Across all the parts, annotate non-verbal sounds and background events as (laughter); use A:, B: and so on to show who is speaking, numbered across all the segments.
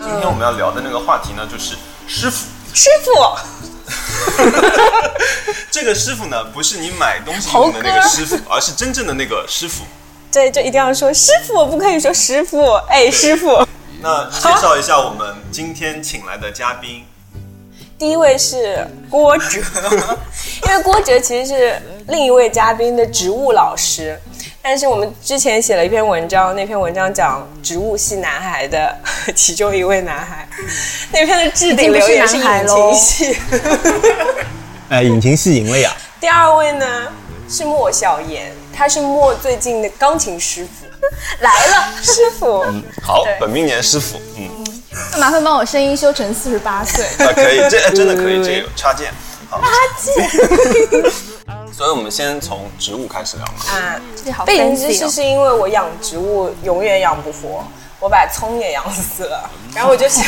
A: 天我们要聊的那个话题呢，就是师傅。
B: 师傅，
A: 这个师傅呢，不是你买东西用的那个师
C: (laughs)
A: 傅，而是真正的那个师傅。
B: 对，就一定要说师傅，不可以说师傅。哎，师
C: (laughs)
B: 傅，
A: 那介绍一下我们今天请来的嘉宾，
B: 第一位是郭
C: (laughs)
B: 哲，因为郭哲其实是另一位嘉宾的植物老师，但是我们之前写了一篇文章，那篇文章讲植物系男孩的 (laughs) 其中一位男孩，那篇的置顶留言是
C: 已经不是男孩
B: 引
C: 喽
B: 擎系。
D: 哎，引擎系赢了呀！
B: (laughs) 第二位呢是莫小妍，他是莫最近的钢琴师傅，
C: (laughs) 来了，
B: (laughs)
C: 嗯
B: 师傅。
A: 好
C: 对，
A: 本命年师傅，嗯，
C: 麻烦帮我声音修成四十八岁。
A: 啊，可以，
C: (laughs)
A: 这哎真的可以，这个有插件，好，插件。 (laughs) 所以我们先从植物开始聊嘛。
B: 啊，
C: 这好
B: 背景
C: fancy
B: 知识
C: 哦
B: 是因为我养植物永远养不活，我把葱也养死了，然后我
C: (laughs)
B: 就想，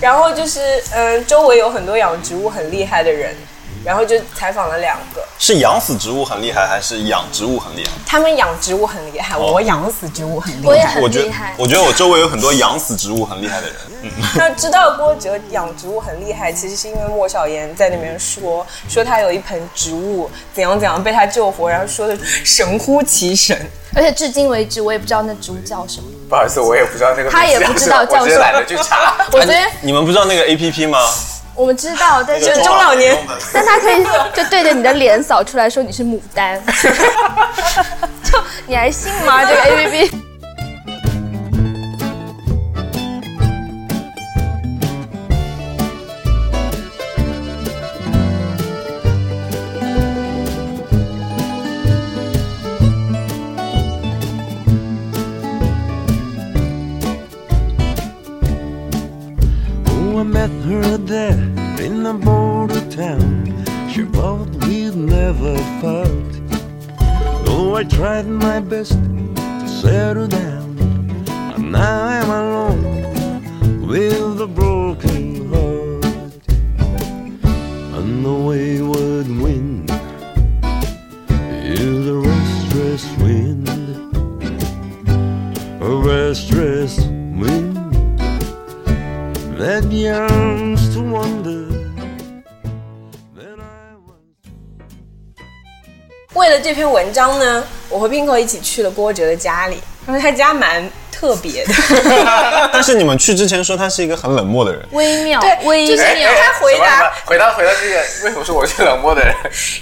B: 然后就是嗯、呃周围有很多养植物很厉害的人，然后就采访了两个，
A: 是养死植物很厉害，还是养植物很厉害？
B: 他们养植物很厉害，
C: 哦
B: 我养死植物
C: (laughs)
B: 很厉
C: 我也
B: 害。
C: 很
A: 我觉
C: 厉
A: 得
C: 害，，
A: 我觉得我周围有很多养死植物很厉害的人。嗯，
B: 那知道郭哲养植物很厉害，其实是因为莫小妍在那边说，说他有一盆植物怎样怎样被他救活，然后说的神乎其神。
C: 而且至今为止我也不知道那植物叫什么。
E: 不好意思，我也不知道那个名字
C: 他
E: 叫什么。
C: 也不知道叫什么
E: 我直接懒得去查。
C: 我昨天
A: 哎你们不知道那个 A P P 吗？
C: 我们知道，但是
B: 哎就中老年
A: 用的
B: (laughs)
C: 但他可以就对着你的脸扫出来说你是牡丹，就你还信吗？这个 A P P
F: Oh, I met her there in a border town. She vowed we'd never part. Though I tried my best to settle down, and now I'm alone with a broken heart and the wayward wind. Is a restless wind, a restless wind that yearns to
A: (laughs)
F: wander. Then I was
B: 为了这篇文章呢，我和 Pinko 一起去了郭哲的家里，因为他家蛮特别的。
A: 但是你们去之前说他是一个很冷漠的人，
C: 微妙，
B: 对
C: 微
B: 就是你
C: 妙。
B: 他回答
E: 什么哎回答回答这个，为什么是我是冷漠的人？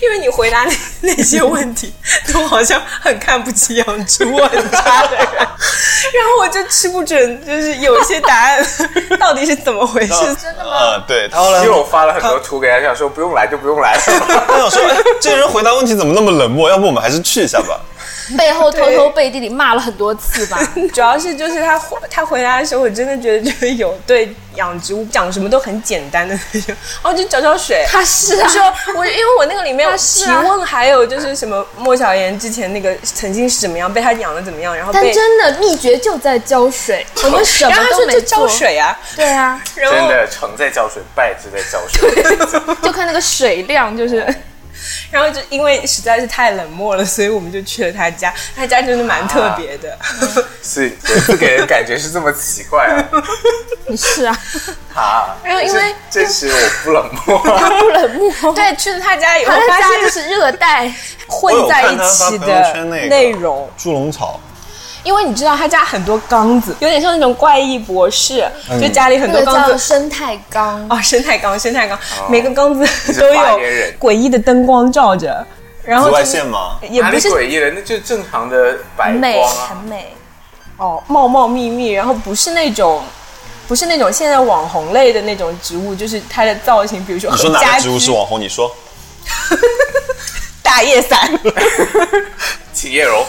B: 因为你回答那 (laughs) 那些问题，都好像很看不起养猪很差的人，
E: (laughs)
B: 然后我就吃不准，就是有一些答
E: (laughs)
B: 案到底是怎么回事。
A: 呃，对他后来
E: 因为我发了很多图给他，想说不用来就不用来
A: (laughs)
E: 了。
A: 他想说，哎这人回答问题怎么那么冷漠？要不我们还是去一下吧。
C: 背后偷偷背地里骂了很多次吧。
B: 主要是就是他回他回答的时候，我真的觉得就是有对养植物讲什么都很简单的那种，哦，就找找水。
C: (laughs) 他是
B: 我
C: 啊，
B: 说我因为我那个里面有提
C: 是啊
B: 问，还有就是什么莫小妍之前那个曾经是怎么样被他养的怎么样，然后
C: 但
B: 被
C: 真的秘诀就在浇水，我们什
B: 然后
C: 么
B: 他
C: 都
B: 说
C: 没
B: 就
C: 做。
B: 浇，水啊，
C: 对啊，
B: 然
E: 真
B: 后
E: 的，成在浇水，败之在浇水。
C: (laughs) 就看那个水量，就是
B: 然后就因为实在是太冷漠了， (laughs) 所以我们就去了他家。他家真的蛮特别的，
E: 所以每次给人感觉是这么奇怪啊！
C: (laughs) 你是啊，
E: 哈，
B: 没有因为
E: 这是我不冷漠。啊
C: 不冷漠。
B: 对， (laughs) 去了他嗯家以后
C: 他的
B: 发
C: 家就
B: 现
C: 是热 (laughs) 带，
B: 混在一起
A: 我有看他发朋友
B: 的
A: 圈那个
B: 内容，
A: 猪笼草，
B: 因为你知道他家很多缸子，有点像那种怪异博士，
A: 嗯
B: 就家里很
C: 那
B: 多
C: 个
B: 缸
C: 叫
B: 子。
C: 生态缸。
B: 哦，生态缸，生态缸，
A: 哦
B: 每个缸子
E: 是
B: 都
E: 发
B: 有
E: 言人
B: 诡异的灯光照着，然后
A: 紫外
B: 就是
A: 线吗？
B: 也
E: 哪
B: 不
E: 里
B: 是
E: 诡异了？那就是正常的白
C: 很美，
E: 光
C: 很
E: 啊。
C: 美。
B: 哦，茂茂密密，然后不是那种，不是那种现在网红类的那种植物，就是它的造型，比如说
A: 你说
B: 很
A: 哪
B: 家
A: 个植物是
B: 居
A: 网红？你
B: (laughs)
A: 说
B: 大叶伞、
A: (laughs)
E: 企叶榕，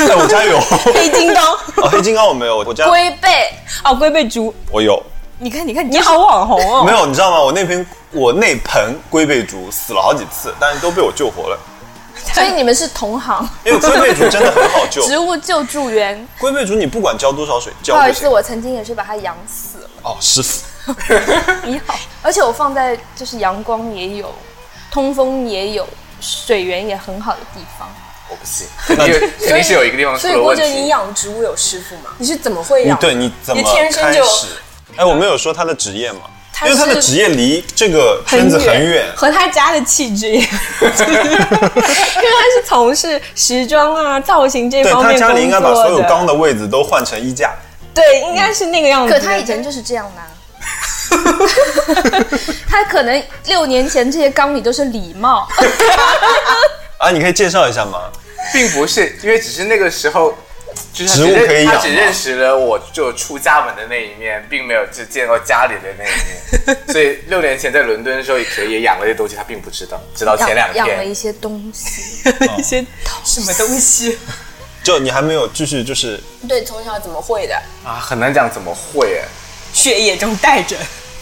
A: 哎，我
B: (laughs)
A: 家有。
B: 黑金刚。
A: 哦，黑金刚我没有，我家
C: 龟背，
B: 哦，龟背竹，
A: 我有，
C: 你看，你看，
B: 你好网红哦。
A: 没有，你知道吗？我那瓶我那盆龟背竹死了好几次，但是都被我救活了，
C: 所以你们是同行，
A: 因为龟背竹真的很好救。
C: 植物救助员。
A: 龟背竹你不管浇多少水，
C: 不
A: 浇
C: 好意
A: 就
C: 思，
A: 行。
C: 我曾经也是把它养死了。
A: 哦，师傅，
C: 你好，而且我放在就是阳光也有，通风也有，水源也很好的地方。
E: 我不信，肯定肯定是有一个地方出
B: 所以
E: 了
B: 郭
E: 问
B: 哲，你
E: 题。
B: 养植物有师傅吗？你是怎么会
A: 你
B: 养？
A: 嗯对，你怎
B: 你
A: 么
B: 天生
A: 开
B: 就
A: 始？哎，我没有说他的职业嘛，
B: 他
A: 因为他的
B: 是
A: 职业离这个圈子很远。
B: 和他家的气
A: (laughs)
B: 质也，因为他是从事时装啊、造型这
A: 对
B: 方
A: 他
B: 面
A: 家里应该
B: 工
A: 把所有
B: 作
A: 钢
B: 的，
A: 的位置都换成衣架，
B: 对，应该是那个样子。
C: 可他以前就是这样的 (laughs) 啊、他可能六年前这些钢笔都是礼貌，
A: 啊，你可以介绍一下吗？
E: 并不是，因为只是那个时候，就是
A: 植
E: 他只
A: 物
E: 认
A: 可以养
E: 他
A: 吗
E: 只认识了我就出家门的那一面，并没有只见过家里的那一面。所以六年前在伦敦的时候，也可以也养了一些东西，他并不知道，直到前两
C: 养养了
E: 天。
C: 一些东西。
B: 一些什么东西？
A: 就你还没有继续，就是
B: 对，从小怎么会的？
E: 啊，很难讲怎么会哎，
B: 血液中带着。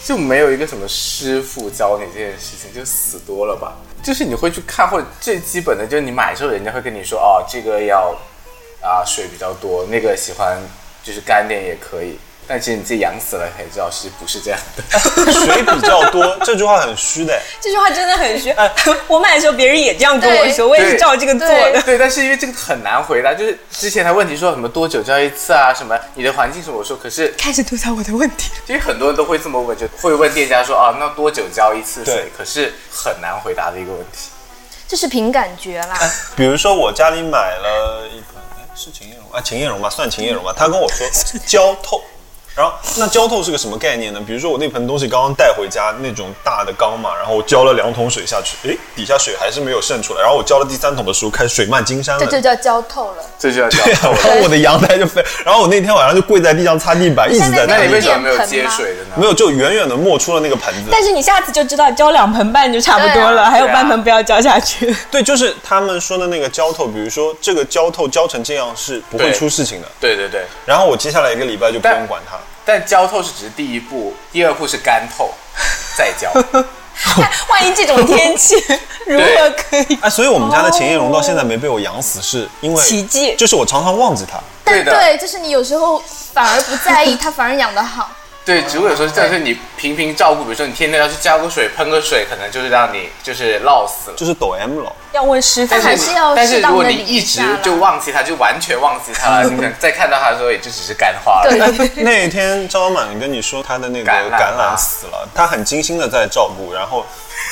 E: 就没有一个什么师傅教你这件事情，就死多了吧。就是你会去看，或者最基本的，就是你买的时候，人家会跟你说，哦，这个要啊水比较多，那个喜欢就是干点也可以。但其实你自己养死了才知道，是不是这样的？
B: (laughs)
A: 水比较多，这句话很虚的。
B: 这句话真的很虚。 (laughs) 我买的时候别人也这样跟我说，我也是照这个做
C: 对
B: 的。
E: 对，但是因为这个很难回答，就是之前他问题说什么多久交一次啊，什么你的环境什么，我说可是
B: 开始吐槽我的问题。
E: 其实很多人都会这么问，就会问店家说啊，那多久交一次水
A: 对？
E: 可是很难回答的一个问题。
C: 这是凭感觉啦，
A: 比如说我家里买了一本，哎，是秦叶榕啊，秦叶榕吧，算秦叶榕吧。他跟我说浇透，然后那浇透是个什么概念呢？比如说我那盆东西刚刚带回家那种大的缸嘛，然后我浇了两桶水下去，诶，底下水还是没有渗出来，然后我浇了第三桶的时候，开始水漫金山了
E: 呃
C: 这。就叫浇透了。
E: 这就要交。
A: 然后 (laughs) 我的阳台就飞，然后我那天晚上就跪在地上擦地板，一直在擦
C: 那
E: (laughs) 那
A: 地
E: 你
A: 板
E: 为什么没有
C: 电
E: 接
C: 盆吗
E: 水的呢？
A: 没有，就远远的没出了那个盆子。
B: 但是你下次就知道浇两盆半就差不多
C: 对
B: 了，
C: 啊
B: 还有半盆不要浇下 (laughs) 去。
A: 对，就是他们说的那个浇透，比如说这个浇透浇成这样是不会
E: 对
A: 出事情的。
E: 对对对，
A: 然后我接下来一个礼拜就不用管它。
E: 但浇透是只是第一步，第二步是干透， (laughs) 再浇。
B: 万哎一这种天 (laughs) 气，如何可以？
A: 哎，所以我们家的秦叶榕到现在没被我养死，是因为
B: 奇迹
A: 就是我常常忘记它。
E: 对
C: 但
E: 的
C: 对，就是你有时候反而不在意，它反而养得好。
E: 对，植物有时候真的是你频频照顾，比如说你天天要去浇个水、喷个水，可能就是让你就是涝死了。
A: 就是抖 M 了，
B: 要问师傅
E: 但。
C: 还是要
E: 但是
C: 适当
E: 如果
C: 地
E: 你
C: 理
E: 一
C: 一
E: 直
C: 下啦
E: 就忘记它，就完全忘记它 (laughs) 了，你可能再看到它的时候也就只是干花了。
C: 对，
A: 那一天张老板跟你说他的那个
E: 橄榄
A: 橄榄
E: 啊
A: 死了，他很精心的在照顾，然后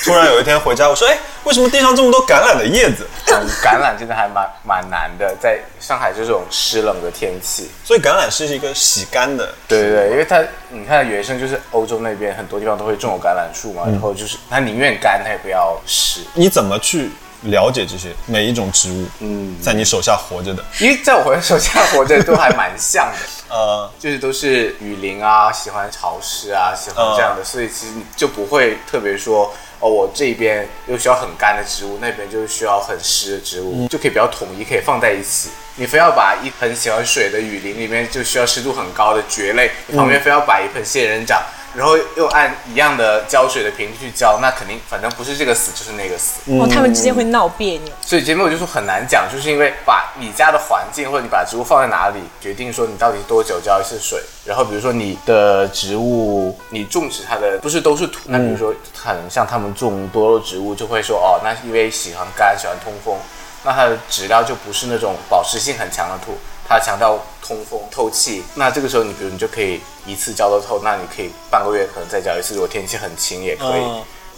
A: 突然有一天回家，我说，哎，为什么地上这么多橄榄的叶子？
E: (laughs) 嗯橄榄真的还蛮蛮难的，在上海这种湿冷的天气。
A: 所以橄榄是一个洗干的，
E: 对对对，因为它你看原生就是欧洲那边很多地方都会种有橄榄树嘛，然后就是它宁愿干它也不要湿。
A: 你怎么去了解这些每一种植物？嗯，在你手下活着的，
E: 因为在我回手下活着都还蛮像的，
A: 呃，
E: 就是都是雨林啊，喜欢潮湿啊，喜欢这样的，所以其实你就不会特别说哦，我这边又需要很干的植物，那边就是需要很湿的植物，就可以比较统一，可以放在一起。你非要把一盆喜欢水的雨林里面就需要湿度很高的蕨类，旁边非要摆一盆仙人掌。然后又按一样的浇水的频率去浇，那肯定反正不是这个死就是那个死，
B: 哦，他们之间会闹别扭。
E: 所以节目我就说很难讲，就是因为把你家的环境或者你把植物放在哪里，决定说你到底多久浇一次水。然后比如说你的植物，你种植它的不是都是土，那比如说可能像他们种多肉植物，就会说哦，那是因为喜欢干，喜欢通风，那它的质料就不是那种保湿性很强的土，它强调通风透气。那这个时候你比如你就可以一次浇到透，那你可以半个月可能再浇一次，如果天气很晴也可以。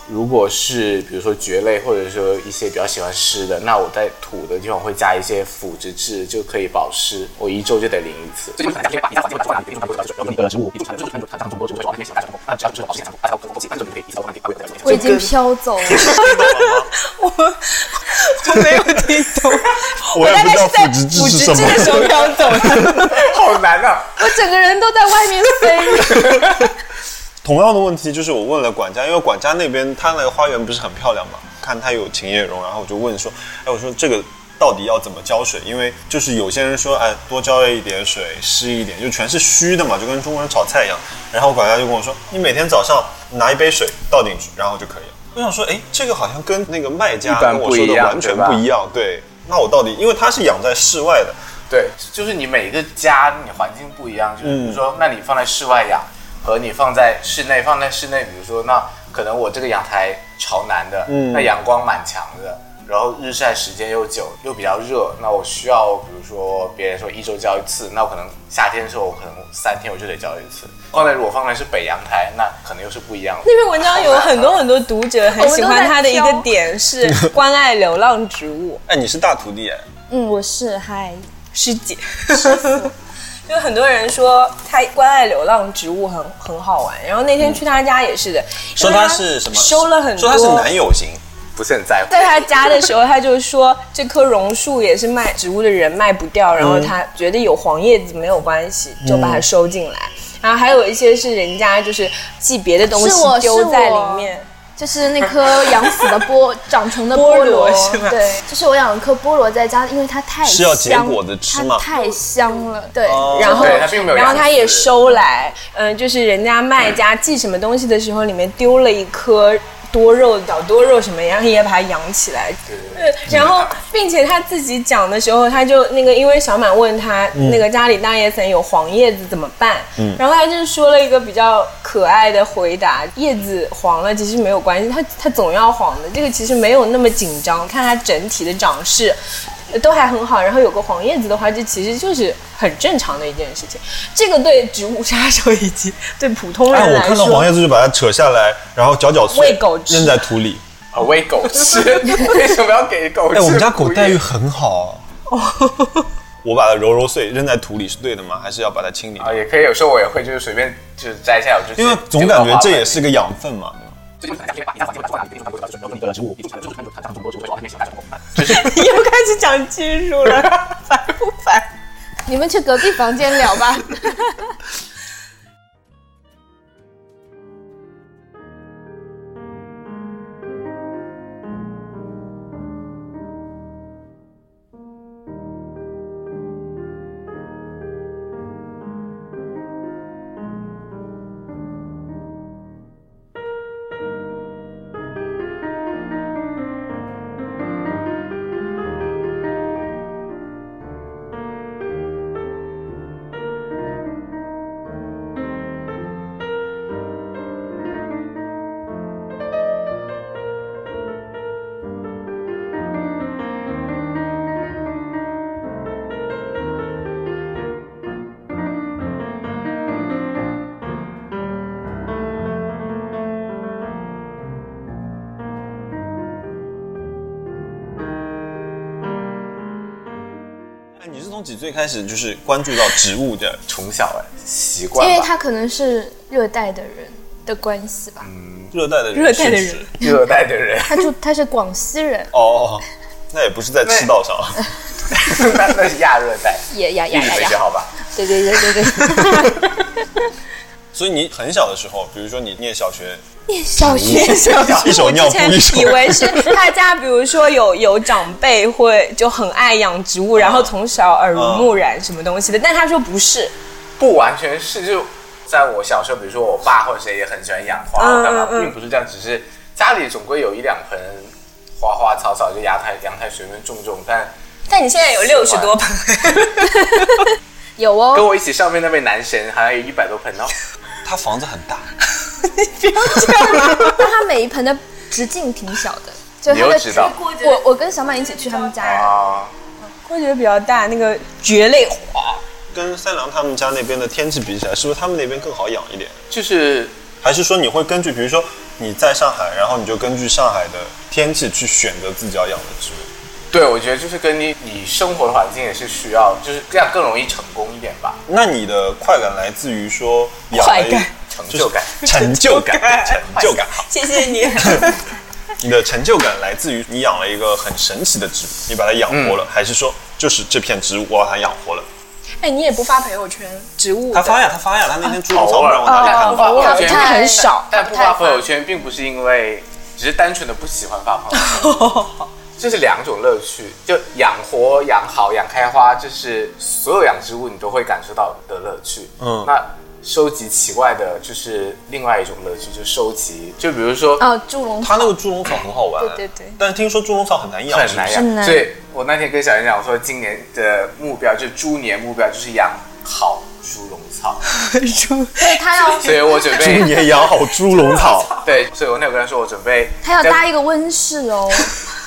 E: 如果是比如说蕨类，或者说一些比较喜欢湿的，那我在土的地方会加一些腐殖质，就可以保湿。我一周就得淋一次。
C: 我已经飘走了。
B: 我 (laughs) 我没有听懂，
A: (laughs) 我也
B: 大
A: 不知道
B: 概是在
A: 腐殖质
B: 腐
A: 是
B: 殖
A: 什
B: 质的时候
A: 么。
B: 飘走 (laughs) 的。
E: 好难啊！
C: 我整个人都在外面飞。
A: 同样的问题就是我问了管家，因为管家那边他那个花园不是很漂亮嘛，看他有琴叶榕，然后我就问说，哎，我说这个到底要怎么浇水？因为就是有些人说，哎，多浇一点水，湿一点，就全是虚的嘛，就跟中国人炒菜一样。然后管家就跟我说，你每天早上拿一杯水倒进去，然后就可以了。我想说，哎，这个好像跟那个卖家
E: 一般
A: 跟我
E: 不
A: 说
E: 一
A: 的
E: 样
A: 完全
E: 对吧
A: 不一样，对。那我到底，因为他是养在室外的，
E: 对，就是你每个家你环境不一样，就是比如说，那你放在室外养，和你放在室内，放在室内，比如说，那可能我这个阳台朝南的，那阳光蛮强的，然后日晒时间又久，又比较热，那我需要，比如说别人说一周浇一次，那我可能夏天的时候，我可能三天我就得浇一次。放在如果放在是北阳台，那可能又是不一样的。
B: 那篇文章有很多很多读者很喜欢他的一个点是关爱流浪植物，
A: 哎，你是大徒弟哎，
C: 嗯，我是嗨，
B: 师姐。就很多人说他关爱流浪植物很很好玩，然后那天去他家也是的，
A: 嗯说
B: 因为
A: 他是什么？
B: 收了很多，
A: 说他是男友型，
E: 不是很在乎。
B: 在他家的时候，他就说这棵榕树也是卖植物的人卖不掉，然后
A: 嗯
B: 他觉得有黄叶子没有关系，就把它收进来。然后还有一些是人家就是寄别的东
C: 是
B: 西
C: 我
B: 丢
C: 是
B: 在里
C: 我
B: 面，
C: 就是那颗养死的菠长成的
B: 菠
C: 菠
B: 萝
C: 萝，
B: 是吧
C: 对，就是我养了颗菠萝在家，因为它太
A: 是要结
C: 香，
A: 果子吃
C: 它
A: 吗？
C: 太香了，对，
B: 然后
E: 哦对他并没有嗯
B: 然后他
E: 养殖
B: 也收来，嗯、就是人家卖家寄什么东西的时候，里面丢了一颗多肉小多肉什么，然后也把它养起来。对，然后并且他自己讲的时候，他就那个，因为小满问他、
A: 嗯
B: 那个家里大叶伞有黄叶子怎么办，然后他就说了一个比较可爱的回答：叶子黄了其实没有关系，它它总要黄的，这个其实没有那么紧张，看它整体的长势。都还很好，然后有个黄叶子的话，这其实就是很正常的一件事情。这个对植物杀手以及对普通
A: 哎，
B: 人
A: 我
B: 来
A: 看到黄
B: 说，
A: 叶子就把它扯下来，然后搅搅碎，
B: 喂狗吃
A: 扔在土里。
E: 啊，喂狗吃，为什么要给狗吃？
A: 哎，我们家狗待遇很好。啊
B: 哦 (laughs)
A: 我把它揉揉碎扔在土里是对的吗？还是要把它清理？
E: 啊，也可以。有时候我也会就是随便就是摘下来，我就
A: 因为总感觉这也是个养分嘛。
B: (laughs) 又开始讲技术了，烦不烦？
C: 你们去隔壁房间聊吧。
A: 哎，你是从几岁开始就是关注到植物的？
E: 从小哎习
C: 因
E: 惯吧，
C: 为他可能是热带的人的关系吧，
A: 热带的人，
B: 热带的人
A: 是不是
E: 热带的人，
C: 他就他是广西人，
A: 哦，那也不是在赤道上，
E: 那那是亚热带，
C: 也呀
E: 地
C: 呀
E: 理
C: 呀
E: 美学
C: 呀，
E: 好吧？
C: 对对对对对。
A: 所以你很小的时候，比如说你念小学，
C: 小学
A: (laughs) 一手尿布一手
B: 以为是他家，比如说有有长辈会就很爱养植物，然后从小耳濡目染什么东西的，但他说不是，
E: 不完全是，就在我小时候，比如说我爸或者谁也很喜欢养花，
B: 嗯
E: 干嘛，
B: 嗯嗯
E: 并不是这样，只是家里总归有一两盆花花草草，就阳台阳台随便种种，但
B: 但你现在有六十多盆，
C: 有
E: 跟
C: 哦，
E: 我一起上面那位男神好像有一百多盆哦，
A: 他房子很大，
C: (laughs) 但他每一盆的直径挺小的，就
E: 你
C: 他
E: 又
C: 的
E: 知道
C: 我我跟小满一起去他们家，
E: 啊，
B: (laughs) 我觉得比较大，那个蕨类花，
A: 跟三良他们家那边的天气比起来，是不是他们那边更好养一点？
E: 就是
A: 还是说你会根据，比如说你在上海，然后你就根据上海的天气去选择自己要养的植物？
E: 对我觉得就是跟你你生活的环境也是需要，就是这样更容易成功一点吧，
A: 那你的快感来自于说养了一
B: 快感
A: (laughs)
E: 成
A: 就是
E: 就感。
A: 成就感，成就感。
B: 谢谢你。
A: 你的成就感来自于你养了一个很神奇的植物，你把它养活了，还是说就是这片植物我把它养活了？
B: 哎，你也不发朋友圈，植 (laughs) 物
A: (laughs)
B: 的
A: 他发呀，他发呀，他那天猪笼草不让我拿
E: 偶
A: 给
E: 尔
A: 看
E: 偶
A: 到
E: 尔。
B: 真的很 (laughs)
C: 哦
B: 少。
E: 但不发朋友圈并不是因为，只是单纯的不喜欢发朋
C: (laughs)
E: 友圈，这是两种乐趣。就养活、养好、养开花，这是所有养植物你都会感受到的乐趣。
A: 嗯
E: 嗯，那收集奇怪的就是另外一种乐趣，就收集，就比如说
C: 哦，猪笼
A: 他那个猪笼草很好玩，
C: 对对对
A: 但是听说猪笼草很难养，啊
E: 很难
A: 是不是
C: 很
E: 养。
C: 难
E: 所以我那天跟小燕讲，我说今年的目标就是猪年目标就是养好猪笼草，
C: 对他
B: (laughs)
C: 要
E: 所以我准备
A: 你也养好猪笼草，
E: (laughs) 对，所以我那天跟他说，我准备
C: 他要
E: 在
C: 搭一个温室哦，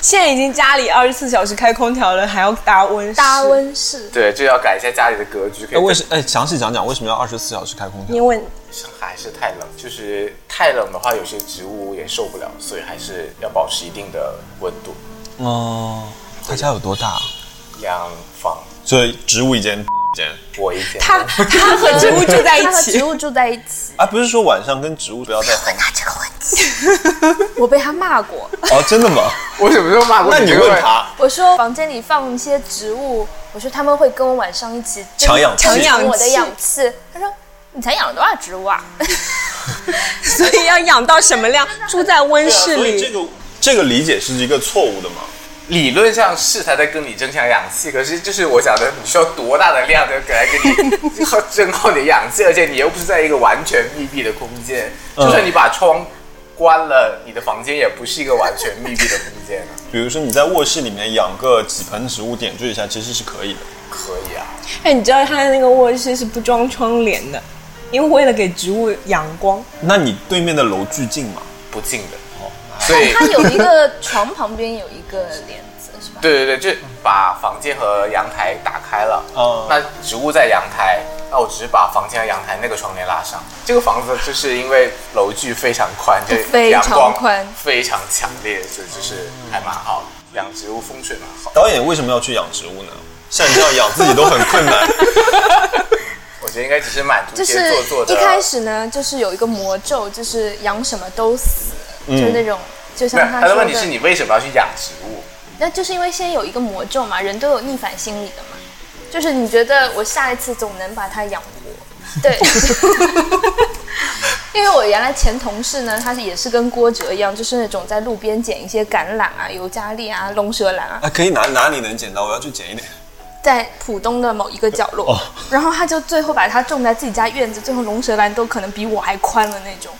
B: 现在已经家里二十四小时开空调了，还要搭温室。
C: 搭，温室，
E: 对，就要改一下家里的格局。可
A: 哎，
E: 以
A: 为什哎详细讲讲为什么要二十四小时开空调？
B: 因为
E: 上海还是太冷，就是太冷的话，有些植物也受不了，所以还是要保持一定的温度。
A: 哦，他家有多大？
E: 养房，
A: 所以植物一间一间，
E: 我以前
B: 他他和 (laughs) 植物住在一
C: 它和
B: 起 (laughs)
C: 植，物住在一起。
A: 啊，不是说晚上跟植物不要在房
B: 啊
A: 间
C: (laughs) 我被他骂过，
A: (laughs) 哦，真的吗？
E: 我什么时候骂
A: (laughs)
E: 过
A: 那你
E: 这个
A: 问
E: 问
A: 他，
C: 我说房间里放一些植物，我说他们会跟我晚上一
E: (laughs)
C: 起
A: 抢氧气
C: 争抢我的
B: 抢氧气
C: 氧气。他说你才养了多少植物啊？
B: 所以要养到什么量？住在温
A: 对啊，
B: 室
A: 所以
B: 里。
A: 这个这个理解是一个错误的嘛？
E: 理论上是他在跟你争抢氧气，可是就是我想的，你需要多大的量的来跟你 (laughs) 争耗你的氧气，而且你又不是在一个完全密闭的空间，就
A: 嗯
E: 算你把窗关了，你的房间也不是一个完全密闭的空间啊。
A: 比如说你在卧室里面养个几盆植物点缀一下，其实是可以的。
E: 可以啊，
B: 哎，你知道他的那个卧室是不装窗帘的，因为为了给植物阳光。
A: 那你对面的楼距近嘛？
E: 不近的，所以 (laughs)
C: 它有一个床旁边有一个帘子，是吧？
E: 对对对，就把房间和阳台打开了。
A: 哦
E: 那植物在阳台，那我只是把房间和阳台那个窗帘拉上。这个房子就是因为楼距非常宽，就
C: 非
E: 阳
C: 常
E: 光
C: 宽
E: 非常强烈，所以就是还蛮好的，养植物风水蛮好。
A: 导演为什么要去养植物呢？像你这样养自己都很困 (laughs) 难。
E: 我觉得应该只是满足
C: 就
E: 一
C: 是
E: 些做作的。
C: 一开始呢，就是有一个魔咒，就是养什么都死，就是那种，就
E: 嗯没有
C: 像他
E: 他的
C: 说
E: 问题是你为什么要去养植物？
C: 那就是因为先有一个魔咒嘛，人都有逆反心理的嘛，就是你觉得我下一次总能把它养活，对。 (laughs) 因为我原来前同事呢，他是也是跟郭哲一样，就是那种在路边捡一些橄榄啊、尤加利啊、龙舌兰啊，
A: 啊，可以哪哪里能捡到？我要去捡一点。
C: 在浦东的某一个角落，然后他就最后把它种在自己家院子，最后龙舌兰都可能比我还宽的那种，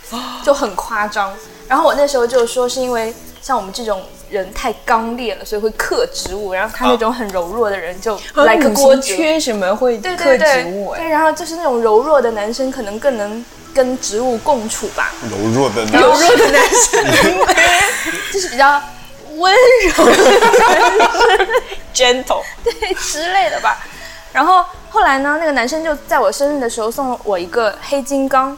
C: 就很夸张。然后我那时候就说是因为像我们这种人太刚烈了，所以会克植物，然后他那种很柔弱的人就来
B: 个
C: 个郭
B: 锅
C: 缺。
B: 哦缺什么会
C: 对
B: 克
C: 对
B: 植
C: 对，
B: 物？哎，
C: 对，然后就是那种柔弱的男生可能更能跟植物共处吧，
A: 柔弱的
B: 柔
A: 那
B: 弱的男生
C: 就是比较温柔
B: ，gentle。
C: (laughs) 之类的吧。然后后来呢，那个男生就在我生日的时候送了我一个黑金刚，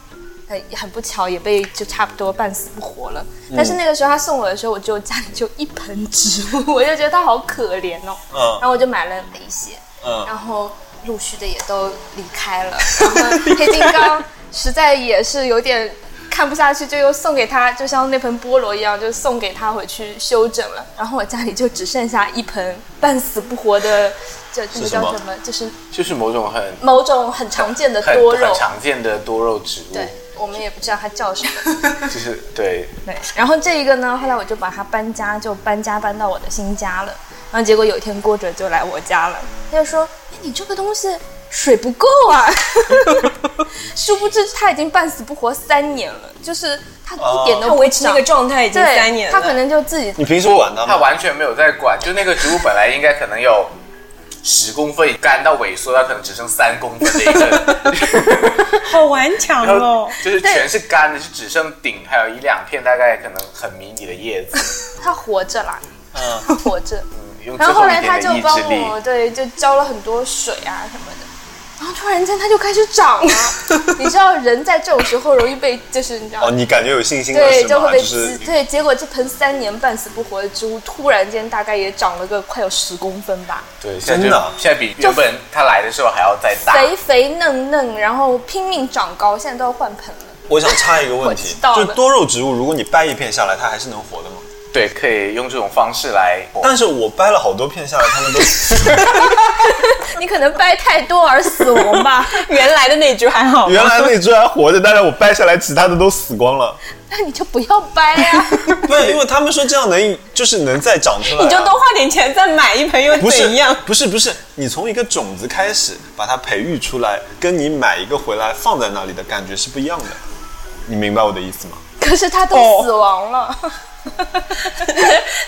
C: 呃，很不巧也被就差不多半死不活了。但是那个时候他送我的时候，我就家里就一盆植物， (laughs) 我就觉得他好可怜哦。
A: 嗯
C: 然后我就买了一些，
A: 嗯
C: 然后陆续的也都离开了。然后黑金
A: (laughs)
C: 刚实在也是有点。看不下去，就又送给他，就像那盆菠萝一样，就送给他回去修整了。然后我家里就只剩下一盆半死不活的，这这
A: 是
C: 个
A: 什么
C: 叫什么？就是
E: 就是某种很
C: 某种很常见的
E: 很
C: 多
E: 很
C: 肉，
E: 常见的多肉植物，
C: 对，我们也不知道它叫什么。
A: (laughs)
E: 就是对
C: 对，然后这一个呢，后来我就把它搬家，就搬家搬到我的新家了。然后结果有一天郭哲就来我家了，他就说：“哎，你这个东西水不够啊！”殊不知他已经半死不活三年了，就是他一点都
B: 哦他
C: 不
B: 维持那
C: 长
B: 个状态已经
C: 对
B: 三年了，
C: 他可能就自己
A: 你平时管它
E: 他
A: 吗？
E: 完全没有在管，就那个植物本来应该可能有十公分干到萎缩，它可能只剩三公分的一个，
C: (laughs)
B: 好顽强
E: 然
B: 哦 (laughs)
E: 后。就是全是干的，就只剩顶还有一两片，大概可能很迷你的叶子，
C: 他活着啦，
A: 嗯
C: 活着。
E: 用最
C: 然后
E: 后
C: 后
E: 一
C: 来
E: 点
C: 他就
E: 的意
C: 帮
E: 志力。
C: 我对，就浇了很多水啊什么的。然后突然间它就开始长了，你知道人在这种时候容易被就是你知道。
A: 哦，你感觉有信心了
C: 对，
A: 是
C: 就
A: 吗？
C: 会被
A: 就
C: 激
A: 是
C: 对，结果这盆三年半死不活的植物，突然间大概也长了个快有十公分吧，
E: 对，现在
A: 真
E: 就
A: 的啊
E: 现在比原本他来的时候还要再大。
C: 肥肥嫩嫩，然后拼命长高，现在都要换盆了。 (laughs)
A: (laughs) 我想插一个问
C: 我
A: 题
C: 知，道
A: 就
C: 了
A: 多肉植物，如果你掰一片下来，它还是能活的吗？
E: 对，可以用这种方式来。
A: 但是我掰了好多片下来，它们都
C: 你可能掰太多而死亡吧？ (laughs)
B: 原来的那句还好，
A: 原来那只还活着，但是我掰下来，其他的都死光 (laughs) 了。
C: 那你就不要掰啊！ (laughs)
A: 不是，因为他们说这样能就是能再长出来啊、
B: 你就多花点钱再买一盆又
A: 不是
B: 怎样？ (laughs)
A: 不是不是，你从一个种子开始把它培育出来，跟你买一个回来放在那里的感觉是不一样的。你明白我的意思吗？
C: 可是它
A: 哦
C: 都死亡了。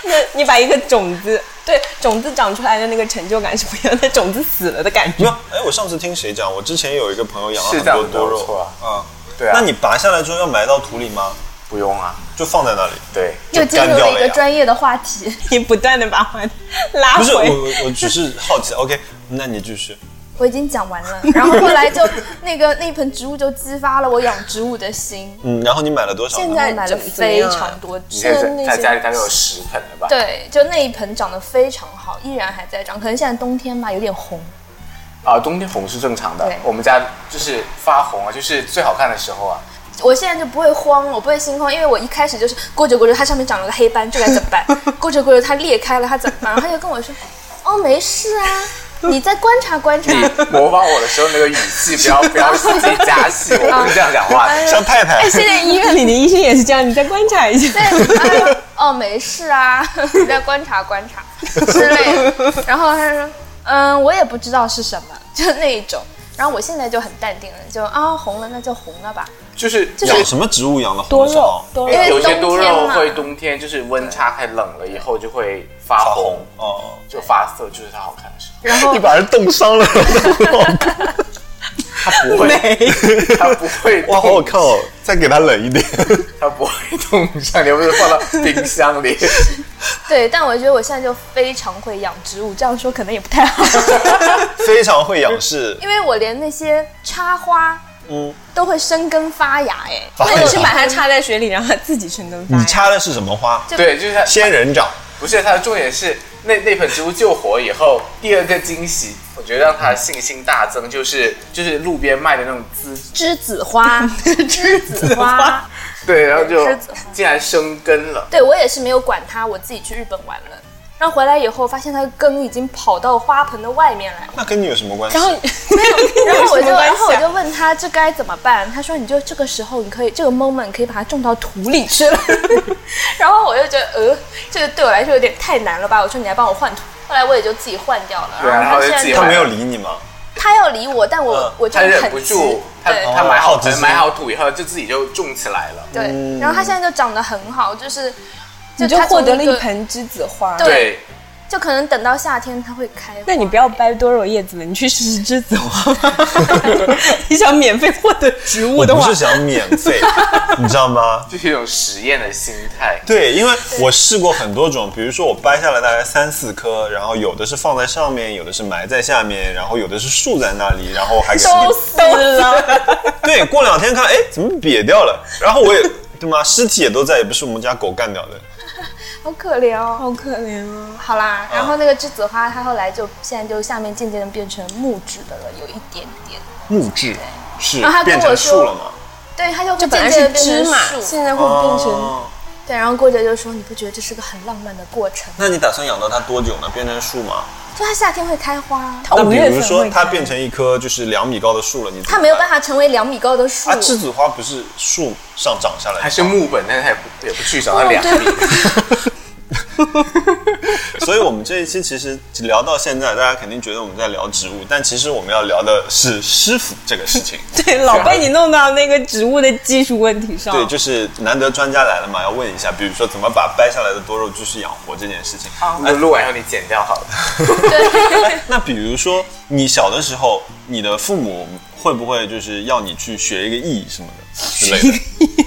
B: 那你把一个种子，对种子长出来的那个成就感是不一样的，种子死了的感
A: 没
B: 觉
A: 有，。哎，我上次听谁讲，我之前有一个朋友养了
E: 是
A: 很
E: 这样
A: 多
E: 子
A: 多
E: 没有
A: 肉
E: 错啊
A: 啊。
E: 对啊，
A: 那你拔下来之后要埋到土里吗？
E: 不用啊，
A: 就放在那里。
E: 对，
C: 又进入
A: 干掉
C: 了
A: 了
C: 一个
A: 呀
C: 专业的话题。
B: 你不断的把话拉
A: 不是我，
B: 回。
A: 我我只是好奇。OK，那你继续。
C: 我已经讲完了，然后后来就那个那盆植物就激发了我养植物的心，
A: (laughs) 嗯，然后你买了多少呢？
B: 现在
C: 买了非常多
E: 你
C: 植
E: 现
C: 物。
E: 在
B: 那
E: 在
B: 些
E: 家里大概有十盆了吧？
C: 对，就那一盆长得非常好，依然还在长，可能现在冬天吧，有点红。
E: 啊，冬天红是正常的
C: 对，
E: 我们家就是发红啊，就是最好看的时候啊。
C: 我现在就不会慌，我不会心慌，因为我一开始就是过着过着，它上面长了个黑斑，这该怎么 (laughs) 办？过着过着它裂开了，它怎么办？然后他就跟我说：“哦，没事啊，你再观察观 (laughs) 察
E: 你。模仿我的时候那个语气，不要不要自己加戏，我不是这样讲话的。
C: 啊
A: 像太太
B: 哎，现在医院里的医生也是这样，你再观察一”下。
C: 对，然后他说：“哦，没事啊， (laughs) 你再观察观察之类的。”然后他就说：“嗯，我也不知道是什么，就那一种。”然后我现在就很淡定了，就啊红了那就红了吧，
E: 就是
A: 养什么植物养的红的少？
B: 多
C: 因为
E: 有些多
C: 冬天
E: 肉
C: 嘛
E: 会冬天就是温差太冷了以后就会发
A: 发
E: 红
A: 红，哦，
E: 就发色，就是它好看的时
C: (laughs)
E: 候。
C: 然后
D: 你把人冻伤了，
E: 它不会，它不会
D: (laughs) 哇，好好
E: 冻，
D: 看哦！再给他冷一点，
E: 它不会冻上，你又不是放到冰箱里？
C: (laughs) 对，但我觉得我现在就非常会养植物，这样说可能也不太
E: (laughs)
C: 好，
A: 非常会仰
B: (laughs)
A: 视。
C: 因为我连那些插花，
A: 嗯
C: 都会生根发芽，哎，
B: 那你是把它插在水里，让它自己生根发
A: 你
B: 芽？
A: 插的是什么花？
E: 对，就是它
A: 仙人掌。
E: 不是它的重点是那那盆植物救活以后，第二个惊喜，我觉得让它信心大增，就是就是路边卖的那种滋，
C: 栀子
E: (laughs)
C: 花，栀子花，
E: 对，然后就
C: 栀子
E: 竟然生根了。
C: 对我也是没有管它，我自己去日本玩了，然后回来以后发现它的根已经跑到花盆的外面来了，
A: 那跟你有什么关系
B: 然？后，(laughs)
C: 然
B: 然
C: 后我就， (laughs) 然
E: 啊
B: 然
C: 后
B: 后
C: 我
B: 我就
C: 就问他这该怎么办？他说你就这个时候你可以这个 moment 可以把它种到土里去了。 (laughs) 然后我就觉得呃，这个对我来说有点太难了吧？我说你来帮我换土。后来我也就自己换掉了。
E: 对啊然后就
C: 现
E: 自己
C: 在
A: 他
E: 换
A: 没有理你吗？
C: 他要理我，但我、
A: 嗯
C: 我就
E: 他忍
C: 很
E: 不
C: 急
E: 住，他
C: 对
E: 他买哦好
A: 好奇
E: 盆
A: 心
E: 买好土以后，就自己就种起来了。
C: 对。然后他现在就长得很好，就是
B: 嗯你就
C: 他从
B: 获得了
C: 个
B: 一，盆栀子花。
C: 对
E: 对，
C: 就可能等到夏天它会开花。
B: 那你不要掰多肉叶子了，你去试试栀子花吧。 (laughs) 你想免费获得植物
A: 我
B: 的
A: 不
B: 话
A: 是，想免费，
B: (laughs)
A: 你知道吗？
E: 就是一种实验的心态。
A: 对，因为我试过很多种，比如说我掰下来大概三四颗，然后有的是放在上面，有的是埋在下面，然后有的是竖在那里，然后我还给它
B: 都死了。
A: 对，过两天看，哎，怎么瘪掉了？然后我也对吗？尸体也都在，也不是我们家狗干掉的。
C: 好可怜哦。
B: 好可怜啊！
C: 好啦，
E: 嗯
C: 然后那个栀子花，它后来就现在就下面渐渐的变成木质的了，有一点点。
A: 木质是
C: 然啊后他跟
A: 变
C: 我
A: 成树
C: 说
A: 了吗？
C: 对，它就会
B: 这本
C: 渐
B: 来
C: 渐
B: 是
C: 地
B: 芝
C: 变
B: 麻，
C: 成树。
B: 现在会变成
A: 哦
C: 对，然后郭哲就说：“你不觉得这是个很浪漫的过程？
A: 那你打算养到它多久呢？变成树吗？
C: 就它夏天会开花，
A: 那
B: 五
A: 比
B: 月
A: 如
B: 份
A: 说
B: 会
A: 它
B: 开。
A: 变成一棵就是两米高的树了，你
C: 它没有办
A: 法
C: 法成为两米高的树。
A: 啊。栀子花不是树上长下来的，
E: 还是木本，但是他也不也不去找他两米。
A: 所以，我们这一期其实聊到现在，大家肯定觉得我们在聊植物，但其实我们要聊的是师傅这个事
C: (laughs)
A: 情。
B: 对，老被你弄到那个植物的技术问题上。
A: 啊
C: 哦
A: 对，就是难得专家来了嘛，要问一下，比如说怎么把掰下来的多肉继续养活这件事情。
C: 哦
E: 我们录完以后你剪掉好了。 (laughs)
A: (laughs) 那比如说你小的时候，你的父母会不会就是要你去学一个艺什么的之类的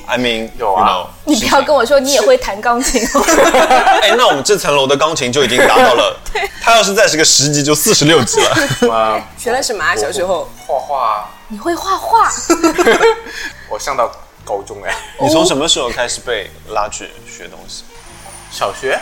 A: ？I mean，
E: 有啊
A: you know,
C: 你不要跟我说你也会弹钢琴
B: (laughs)
C: 哦，
A: 哎，那我们这层楼的钢琴就已经达到了，他要是再是个十级，就四十六级了。
E: 呃，
B: 学了什么啊？小时候
E: 画画，
C: 你会画画，
E: 我上到高中哎，
A: 你从什么时候开始被拉去学东西？
E: 小学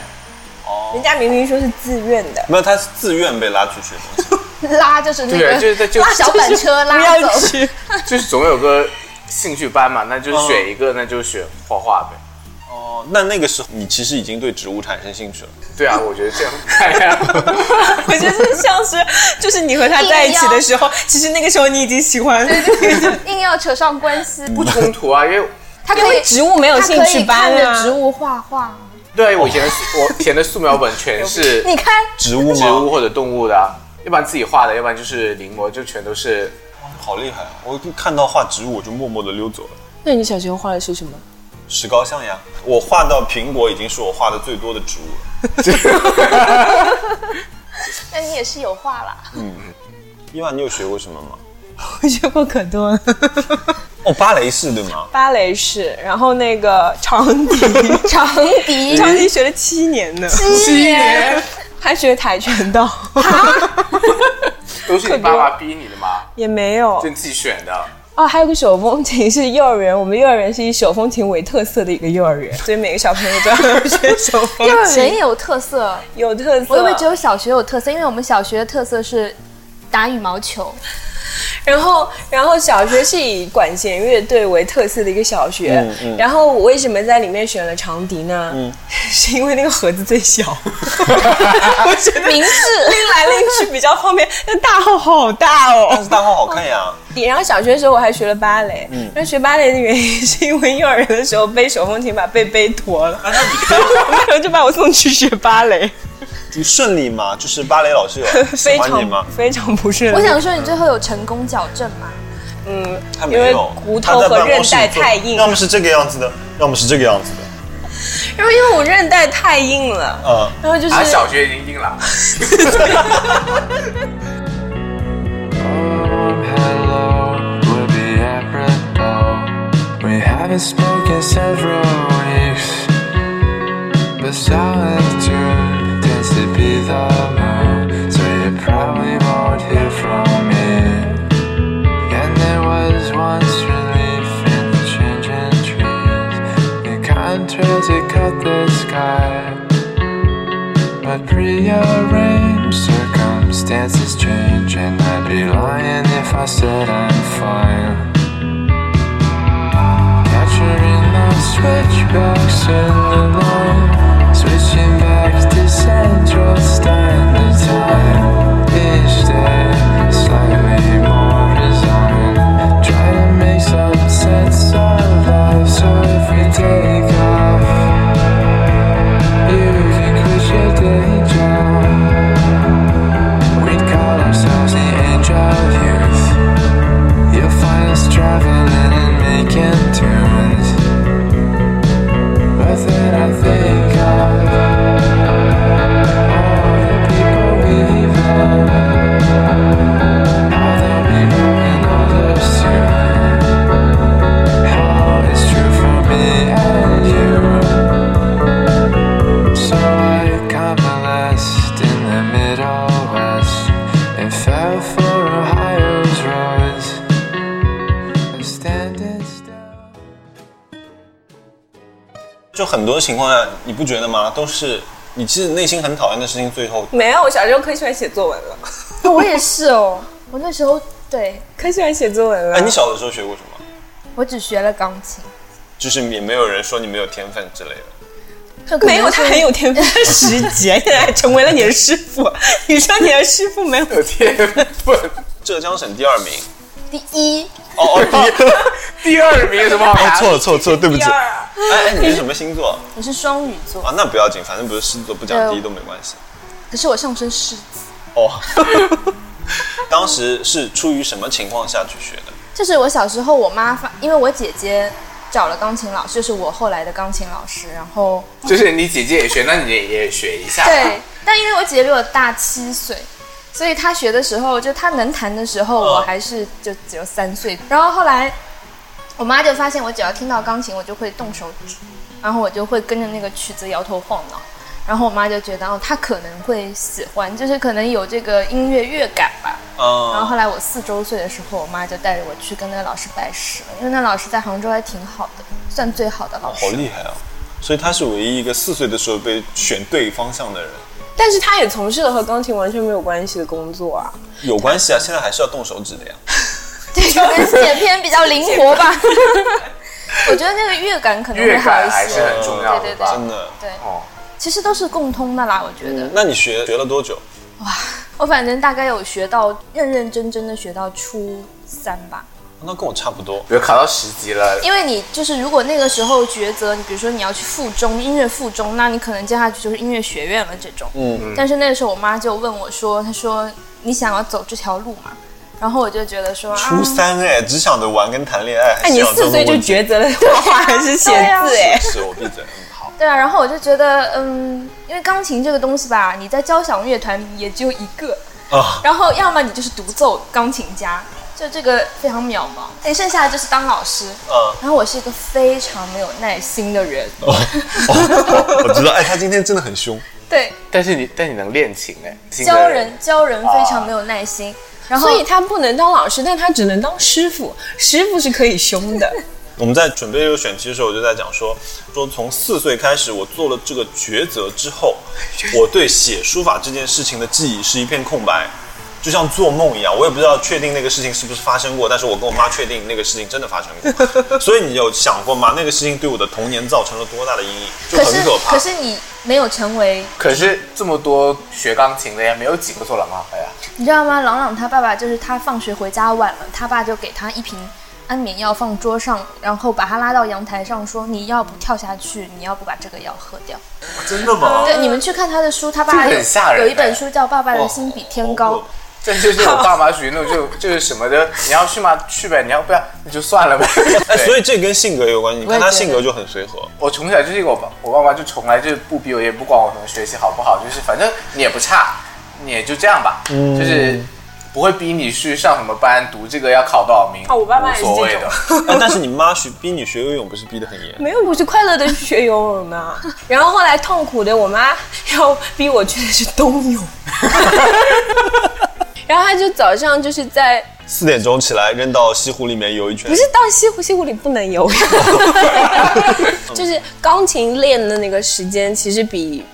B: 人家明明说是自愿的，
A: 没有，他是自愿被拉去学东西。
C: 拉就是那
E: 对，就是
C: 个
E: 在就
C: 拉小板车
B: 不
C: 拉
B: 要
C: 走。
B: 去。
E: 就是总有个兴趣班嘛，那就选一个，那就选画画呗。
A: 哦，那那个时候你其实已经对植物产生兴趣了。
E: 对啊，我觉得这样太呀，
C: (laughs)
B: (laughs) 我觉得像是，就是你和他在一起的时
C: (laughs)
B: 候，其实那个时候你已经喜欢了。
C: (laughs) 硬要扯上关系，
E: 不冲突啊，因为
C: 他
B: 嗯因
C: 可
B: 为
C: 以
B: 植物没有
C: 他
B: 兴
C: 可
B: 趣
C: 以看
B: 班
C: 着
B: 啊 (laughs)
C: 植，物画画。
E: 对我以前的我以前的素描本全是
C: (laughs) 你看，
A: 植物
E: 植物
A: 吗？
E: 或者动物的啊，要不然自己画的，要不然就是临摹，就全都是
A: 好厉害啊！我一看到画植物，我就默默的溜走了。
B: 那你小时候画的是什么？
A: 石膏像呀，我画到苹果已经是我画的最多的植物了。
C: 那你也是有画啦。
A: 伊万，你有学过什么吗？
C: (laughs)
B: 我学过可多了，
A: 哦，芭蕾式对吗？
B: 芭蕾式，然后那个长笛，
C: 长笛
B: 长笛学了七年呢，
C: (laughs) 七年，
B: 还学跆拳
C: (laughs)
B: 道，
E: 都是你爸妈逼你的吗？
B: 也没有
E: 就你自己选的？
B: 哦，还有个手风琴是幼儿园，我们幼儿园是以手风琴为特色的一个幼儿园，所以每个小朋友都要学手风
C: 幼儿园
B: 琴，
C: 也有特色，
B: 有特
C: 我以为
B: 色
C: 只。有小学有特色，因为我们小学的特色是打羽毛球。
B: 然后，然后小学是以管弦乐队为特色的一个小学。然后我为什么在里面选了长笛呢？ (laughs) 是因为那个盒子最小，我觉得
C: 明治
B: 拎来拎去比较方便。那大号好大哦。
A: 但是大号好看呀，
B: 然后小学的时候我还学了芭蕾，那学芭蕾的原因是因为幼儿园的时候背手风琴把背背驼了，然后我妈就把我送去学芭蕾，
A: 你顺利吗？就是芭蕾老师有喜
B: (laughs) 非
A: 欢你吗
B: 常？非常不顺利。
C: (laughs) 我想说，你最后有成功矫正吗？
B: 嗯，
A: 他
B: 因
A: 没
B: 为
A: 有，
B: 骨
A: 他
B: 头
A: 在
B: 和
A: 办
B: 韧
A: 公室
B: 带
A: 做
B: 太硬，
A: 要么是这个样子的，要么是这个样子的。
B: 然后因为我韧带太硬了，
A: 呃，
B: 然后就是 (laughs)
E: 啊，小学已经硬了。 (laughs)
G: warm hello would be apropos. We haven't spoken several weeks, but solitude tends to be the mood, so you probably won't hear from me. And there was once relief in the changing trees, encountered cut the sky. But prearranged circumstances change, and I'd be lying if I said I'm fine. Capturing the switchbacks in the line, switching back to central Stein. The time each day slightly more resigned. Try to make some sense of life, so if we take off. You can quit your day job. We'd call ourselves the angel youth. You'll find us traveling and making tunes. But then I think of all the people we've had. How they'll be loving others too. How it's true for me and you. So I convalesced in the Middle West and fell for Ohio's roads. I'm standing still.
A: 就很多情况下，你不觉得吗？都是你其实内心很讨厌的事情，最后
B: 没有，我小时候可喜欢写作文了，
C: 我也是哦，我那时候对
B: 可喜欢写作文了。
A: 哎，你小的时候学过什么？
C: 我只学了钢琴，
A: 就是也没有人说你没有天分之类的。
B: 没有，他很有天分，他十级， (laughs) 现在还成为了你的师 (laughs) 傅。你说你的师傅没有
E: 天分，
A: 浙江省第二名，
C: 第一，
A: 哦哦，你
B: (laughs)
E: 第二名有什么好拿？
D: 错了错了错了，对不起
B: 第，二啊？
A: 哎哎，你是什么星座
C: 我是双鱼座，
A: 啊？那不要紧，反正不是狮子座，不讲第一都没关系。
C: 可是我上升狮子，
A: 哦， (laughs) 当时是出于什么情况下去学的？
C: 就是我小时候我妈发，因为我姐姐找了钢琴老师，就是我后来的钢琴老师，然后
E: 就是你姐姐也学，那你也也学一下。
C: 对，但因为我姐姐比我大七岁，所以她学的时候，就她能弹的时候，我还是就只有三岁。然后后来，我妈就发现我只要听到钢琴，我就会动手指，然后我就会跟着那个曲子摇头晃脑。然后我妈就觉得，哦，她可能会喜欢，就是可能有这个音乐乐感吧。
B: 哦
C: 然后
A: 嗯，
C: 后来我四周岁的时候，我妈就带着我去跟那个老师拜师了，因为那老师在杭州还挺好的，算最好的老师。
A: 好厉害啊！所以他是唯一一个四岁的时候被选对方向的人，
B: 但是他也从事了和钢琴完全没有关系的工作啊。
A: 有关系啊，现在还是要动手指的呀。
C: (laughs) 对，可能
E: (laughs)
C: 写片比较灵活吧。 (laughs) 我觉得那个乐感可能会
E: 乐
C: 好
E: 感
C: 一
E: 还是
C: 些。
E: 很重要的吧
A: 真？的。
C: 对，
E: 哦，
C: 其实都是共通的啦。我觉
E: 嗯
C: 得，
A: 那你学学了多久？
C: 我反正大概有学到，认认真真的学到初三吧。
A: 那跟我差不多。
E: 比如考到十级了，
C: 因为你就是如果那个时候抉择，你比如说你要去附中音乐附中，那你可能接下去就是音乐学院了这种。嗯。但是那个时候我妈就问我说：“她说你想要走这条路吗？”然后我就觉得说，
A: 初
C: 啊、
A: 三哎，只想着玩跟谈恋爱，还
B: 哎，
A: 是啊
B: 你
A: 要这
B: 四
A: 么
B: 岁就
A: 问
B: 抉择了画画还是写字
C: 对啊
B: 哎、
A: 是我闭嘴。嗯好，
B: (laughs)
C: 对啊，然后我就觉得，嗯，因为钢琴这个东西吧，你在交响乐团也只有一个，
A: 啊
C: 然后要么你就是独奏钢琴家，就就这个非常渺茫。哎，剩下的就是当老师。
A: 嗯
C: 然后我是一个非常没有耐心的人。
A: 哦我知道，哎，他今天真的很凶，
C: 对，
E: 但是你但你能练琴哎，新的
C: 教人教人非常没有耐心。然后
B: 哦所以他不能当老师，但他只能当师傅。师傅是可以凶的，
A: 我们在准备这个选题的时候，我就在讲说，说从四岁开始，我做了这个抉择之后，我对写书法这件事情的记忆是一片空白，就像做梦一样。我也不知道确定那个事情是不是发生过，但是我跟我妈确定那个事情真的发生
C: (laughs)
A: 过。所以你有想过吗？那个事情对我的童年造成了多大的阴影？就
C: 可
A: 很
C: 是
A: 可怕。
C: 可是你没有成为，
E: 可是这么多学钢琴的呀，没有几个做朗朗的呀。
C: 你知道吗？朗朗他爸爸就是他放学回家晚了，他爸就给他一瓶安眠药放桌上，然后把他拉到阳台上说：“你要不跳下去，你要不把这个药喝掉。”
E: 真的吗？
C: 对，你们去看他的书，他爸
E: 这个很
C: 有
E: 吓
A: 欸
E: 人
C: 有一
E: 哎
C: 本书叫《爸爸的心比天高》。
E: 这就是我爸妈属于那种就就是什么的，你要去吗？去呗，你要不要那就算 (laughs) 了呗。
A: 哎，所
E: 以
A: 以这跟性格也有关系。你看他性格就很随和，
E: 我从小就是一个我爸我爸妈就从来就不逼我，也不管我什么学习好不好，就是反正你也不差，你也就这样吧，就是不会逼你去上什么班，读这个要考多少名，
B: 哦我爸妈也是
E: 无所谓
B: 这种
E: 的。
A: 哎，但是你妈学逼你学游泳，不是逼得很严？
B: (laughs) 没有我是快乐的学游泳呢。 (laughs) 然后后来痛苦的，我妈要逼我去的是冬 (laughs) 泳，然后她就早上就是在
A: 四点钟起来扔到西湖里面游一圈
B: 不是，到西湖，西湖里不能游泳，就是钢琴练的那个时间，其实比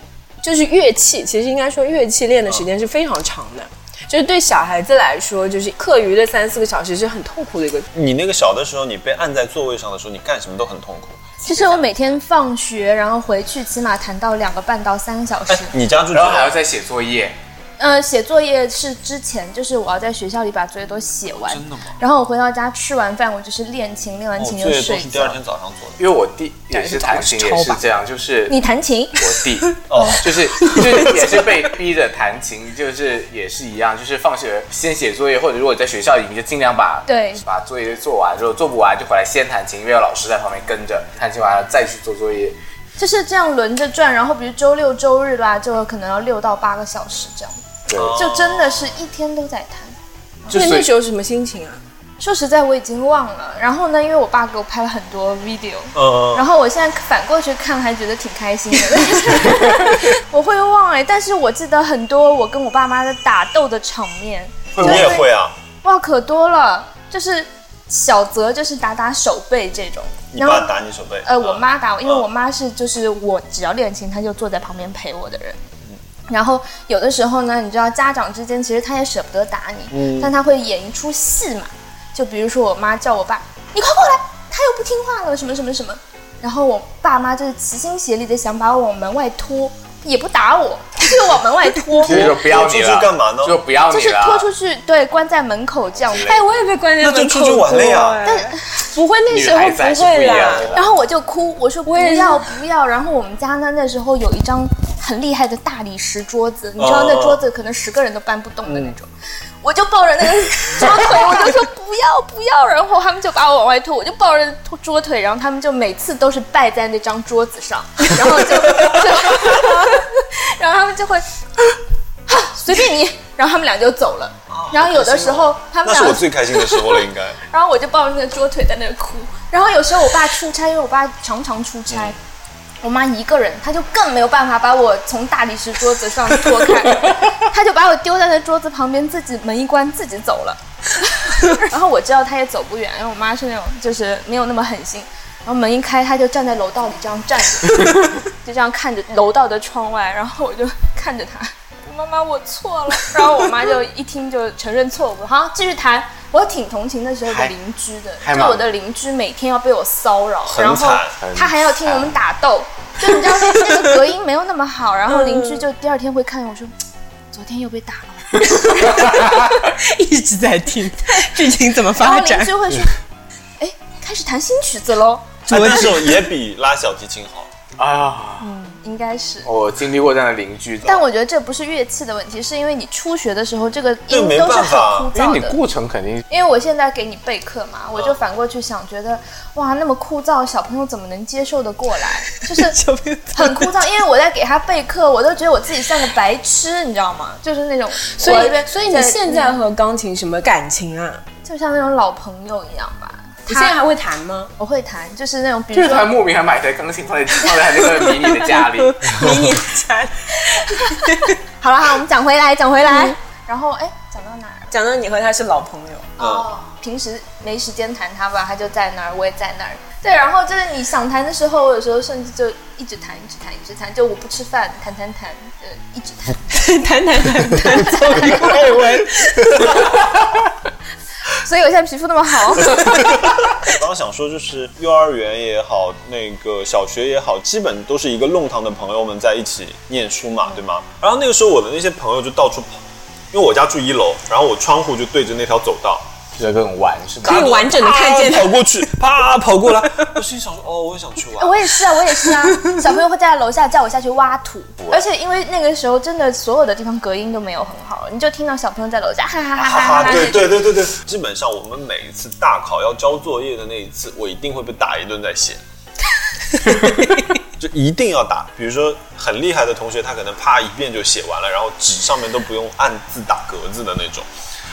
B: 就是乐器，其实应该说乐器练的时间是非常长的。就是对小孩子来说，就是课余的三四个小时是很痛苦的一个。
A: 你那个小的时候，你被按在座位上的时候，你干什么都很痛苦。
C: 其实我每天放学然后回去，起码弹到两个半到三个小时
A: 哎。，你家住几
E: 然后还要
A: 楼？
E: 再写作业，
C: 呃，写作业是之前，就是我要在学校里把作业都写完。真的吗？然后我回到家吃完饭，我就是练琴，练完
A: 我
C: 琴
A: 哦作
C: 就
A: 业都
C: 睡
A: 是第
C: 觉
A: 二。天早上做的。
E: 因为我弟也是弹琴，也是这样，就是
C: 你弹琴？
E: 我弟 (laughs) 哦，就是就是也是被逼着弹琴，就是也是一样，就是放学先写作业，或者如果在学校里，你就尽量把
C: 对
E: 把作业做完，如果做不完就回来先弹琴，因为有老师在旁边跟着，弹琴完了再去做作业。
C: 就是这样轮着转，然后比如周六周日吧，就可能要六到八个小时这样，
E: 对，
C: 就真的是一天都在弹。
E: 就
B: 那
E: 所
B: 那
E: 以
B: 时候什么心情啊？
C: 说实在，我已经忘了。然后呢，因为我爸给我拍了很多 video，
A: 嗯，
C: 然后我现在反过去看，还觉得挺开心的。 (laughs) 我会忘哎、但是我记得很多我跟我爸妈的打斗的场面，
A: 会你也会啊？
C: 哇，可多了。就是小则就是打打手背这种，
A: 你爸打你手背？
C: 呃，我妈打我，因为
A: 嗯
C: 我妈是就是我只要练琴，她就坐在旁边陪我的人。然后有的时候呢，你知道家长之间其实他也舍不得打你，但他会演一出戏嘛。就比如说我妈叫我爸，你快过来，他又不听话了，什么什么什么。然后我爸妈就是齐心协力的想把我往门外拖，也不打我，就往门外
E: (laughs)，
C: 拖
E: 就是说不要你
A: 出
E: 了，
A: 去干嘛呢
E: 就不要
C: 就
E: 你啊
C: 是拖
E: 了。
C: 出去，对，关在门口这样子。
B: 哎，我也被关在
A: 那就
B: 门
A: 出
B: 口
A: 去玩了呀
B: 过哎不会，那
E: 女
B: 时候
E: 孩子还是
B: 不
E: 不
B: 会
E: 一样
B: 啦。
E: 的。
C: 然后我就哭，我说不
B: 也是
C: 要不要。然后我们家呢那时候有一张很厉害的大理石桌子，你知道那桌子可能十个人都搬不动的那种。嗯我就抱着那个 (laughs) 桌腿，我就说不要不要，然后他们就把我往外拖，我就抱着桌腿，然后他们就每次都是拜在那张桌子 (laughs) 上，然后就就，然后他们就会， (laughs) 啊随便你，然后他们俩就走了。然后有的时候他
A: 啊那
C: 们俩
A: 是我最开心的时候了，应该。哎
C: 然后我就抱着那个桌腿在那儿哭。然后有时候我爸出差，因为我爸常常出差，我妈一个人，她就更没有办法把我从大理石桌子上拖开，她就把我丢在那桌子旁边，自己门一关自己走了。然后我知道她也走不远，因为我妈是那种就是没有那么狠心。然后门一开，她就站在楼道里这样站着，就这样看着楼道的窗外。然后我就看着她， (laughs) 妈妈，我错了。然后我妈就一听就承认错误，好，继续弹。我挺同情那时候的
E: 还
C: 邻居的，
E: 还
C: 就
E: 蛮
C: 我的邻居每天要被我骚扰，
A: 很
C: 然后
A: 惨
C: 他还要听我们打斗，就你知道那个隔音没有那么好，然后邻居就第二天会看见我说，昨天又被打了，
B: 一直在听剧情怎么
C: 然
B: 发
C: 后邻
B: 展
C: 居。会说，哎，开始弹新曲子喽，
A: 哎但是也比拉小提琴好。
E: 啊，
C: 应该是。
A: 哦
E: 我经历过这样的邻居，
C: 但我觉得这不是乐器的问题，是因为你初学的时候，这个
A: 对
C: 音
A: 没
C: 都是
A: 办法啊
C: 很枯燥
E: 因哎为你
C: 的。
E: 过程肯定
C: 因为我现在给你备课嘛，
E: 啊
C: 我就反过去想，觉得哇，那么枯燥，小朋友怎么能接受的过
E: (laughs)
C: 来？就是
B: 小朋友
C: 很枯燥，因为我在给他备课，我都觉得我自己像个白痴，你知道吗？就是那种，
B: 所
C: 我一边
B: 以，所以你现在和钢琴什么感情啊？
C: 就像那种老朋友一样吧。
B: 你现在
C: 他
B: 还会弹吗？
C: 我会弹，就是那种比
E: 就
C: 如
E: 是他
C: 说
E: 莫名还买台钢琴放在放在他那个迷你的 (laughs) 家
B: (laughs)
E: 里，
B: 迷你家。 (laughs)
C: 好了，好，我们讲回来，讲回
E: 嗯
C: 来。然后哎，讲到哪儿？
B: 讲到你和他是老朋友，
E: 嗯
C: 哦，平时没时间弹他吧，他就在那儿，我也在那儿。对，然后就是你想弹的时候，我有时候甚至就一直弹，一直弹，一直弹，就我不吃饭，弹弹弹，呃，一直弹。
B: (laughs) 弹弹弹弹作为外文，
C: 所以我现在皮肤那么好，
A: 我刚想说，就是幼儿园也好，那个小学也好，基本都是一个弄堂的朋友们在一起念书
C: 嗯
A: 嘛，对吗？然后那个时候我的那些朋友就到处跑，因为我家住一楼，然后我窗户就对着那条走道，
E: 就各种玩是吧
B: 可？以完整的看见
A: 啪
B: 他。
A: 跑过去，啪跑过来，我心想说，哦，我也想去玩。
C: (laughs) 我也是啊，我也 (laughs) 是啊。小朋友会在楼下叫我下去挖土，而且因为那个时候真的所有的地方隔音都没有很好，你就听到小朋友在楼下哈哈哈
A: 哈
C: 哈哈
A: 哈，
C: 哈。
A: 对对对对对，基本上我们每一次大考要交作业的那一次，我一定会被打一顿再
C: (laughs)
A: 写，就一定要打。比如说很厉害的同学，他可能啪一遍就写完了，然后纸上面都不用按字打格子的那种。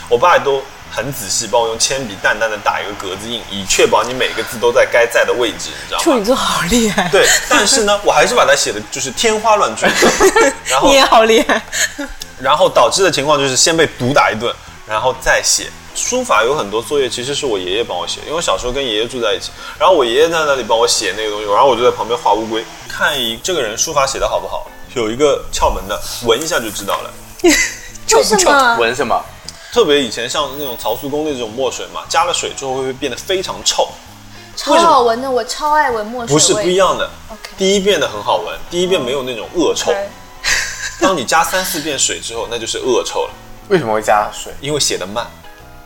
A: 我爸都很仔细帮我用铅笔淡淡的打一个格子印，以确保你每个字都在该在的位置，你知道吗？
B: (laughs) 处女座好厉害，
A: 对，但是呢，我还是把它写的就是天花乱
C: (laughs)
A: 坠，然后
B: 你也好厉害。
A: 然后导致的情况就是先被毒打一顿，然后再写。书法有很多作业其实是我爷爷帮我写，因为我小时候跟爷爷住在一起，然后我爷爷在那里帮我写那个东西，然后我就在旁边画乌龟，看一这个人书法写的好不好，有一个窍门的，闻一下就知道了。
C: 为什么？
E: 闻什么？
A: 特别以前像那种曹苏公的这种墨水嘛，加了水之后会变得非常臭，
C: 超好闻的，我超爱闻墨水
A: 不
C: 味。
A: 是不一样的。
C: OK
A: 第一遍的很好闻，第一遍没有那种恶臭，当你加三四遍水之后，那就是恶臭了，
E: 为什么会加水
A: 因为写的慢。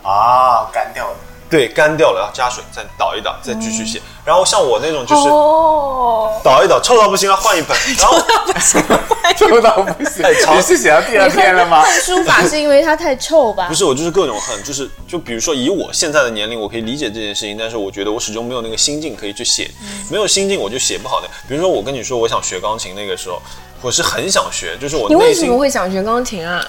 E: 啊？干掉了。
A: 对，干掉了，要加水，再倒一倒，
B: 嗯
A: 再继续写。然后像我那种就是
C: (laughs) 哦，
A: 倒一倒，臭到不行了，换一
B: (laughs)
A: 盆。然后
C: (laughs)
E: 臭到不行！
A: 超
E: 你是写到第二篇了吗？
C: 书法是因为它太臭吧
A: 不？是我就是各种恨，就是就比如说以我现在的年龄，我可以理解这件事情，但是我觉得我始终没有那个心境可以去写，
B: 嗯
A: 没有心境我就写不好的。比如说我跟你说我想学钢琴那个时候，我是很想学，就是我
B: 你
A: 内
B: 为什
A: 心
B: 么会想学钢琴啊？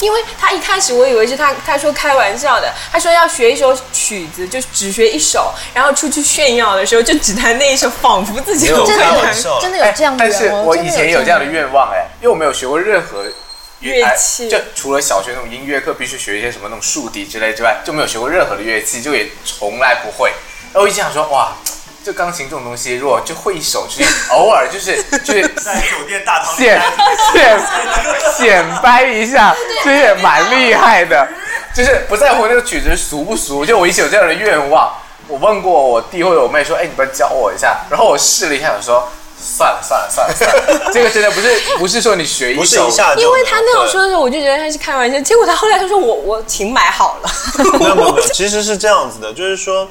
B: 因为他一开始我以为是他，他说开玩笑的，他说要学一首曲子，就只学一首，然后出去炫耀的时候就只弹那一首，仿佛自己
A: 没有
B: 很
C: 真
B: 会
C: 的
A: 开
B: 弹
A: 玩笑
C: 有，真的有这样的
E: 哎但是
C: 人哦，
E: 我
C: 真
E: 以
C: 的
E: 前有
C: 有
E: 这样的愿望哎，因为我没有学过任何
B: 乐器
E: 哎就除了小学那种音乐课必须学一些什么那种竖笛之类之外，就没有学过任何的乐器，就也从来不会。然后我一直想说，哇，就钢琴这种东西，如果就会一首，就是偶尔就是就是
H: 在酒店大堂
E: 显显显摆一下，这也蛮厉害的。就是不在乎那个曲子俗不俗，就我一直有这样的愿望。我问过我弟或者我妹说：“哎，你不要教我一下。”然后我试了一下，我说：“算了算了算了算了， (laughs) 这个真的不是不是说你学
A: 不
E: 一
A: 是
E: 首
A: 一，下就能
B: 因为他那样说的时候，我就觉得他是开玩笑，结果他后来他说我我琴买好了，
A: 没有没有，没有 (laughs) 其实是这样子的，就是说，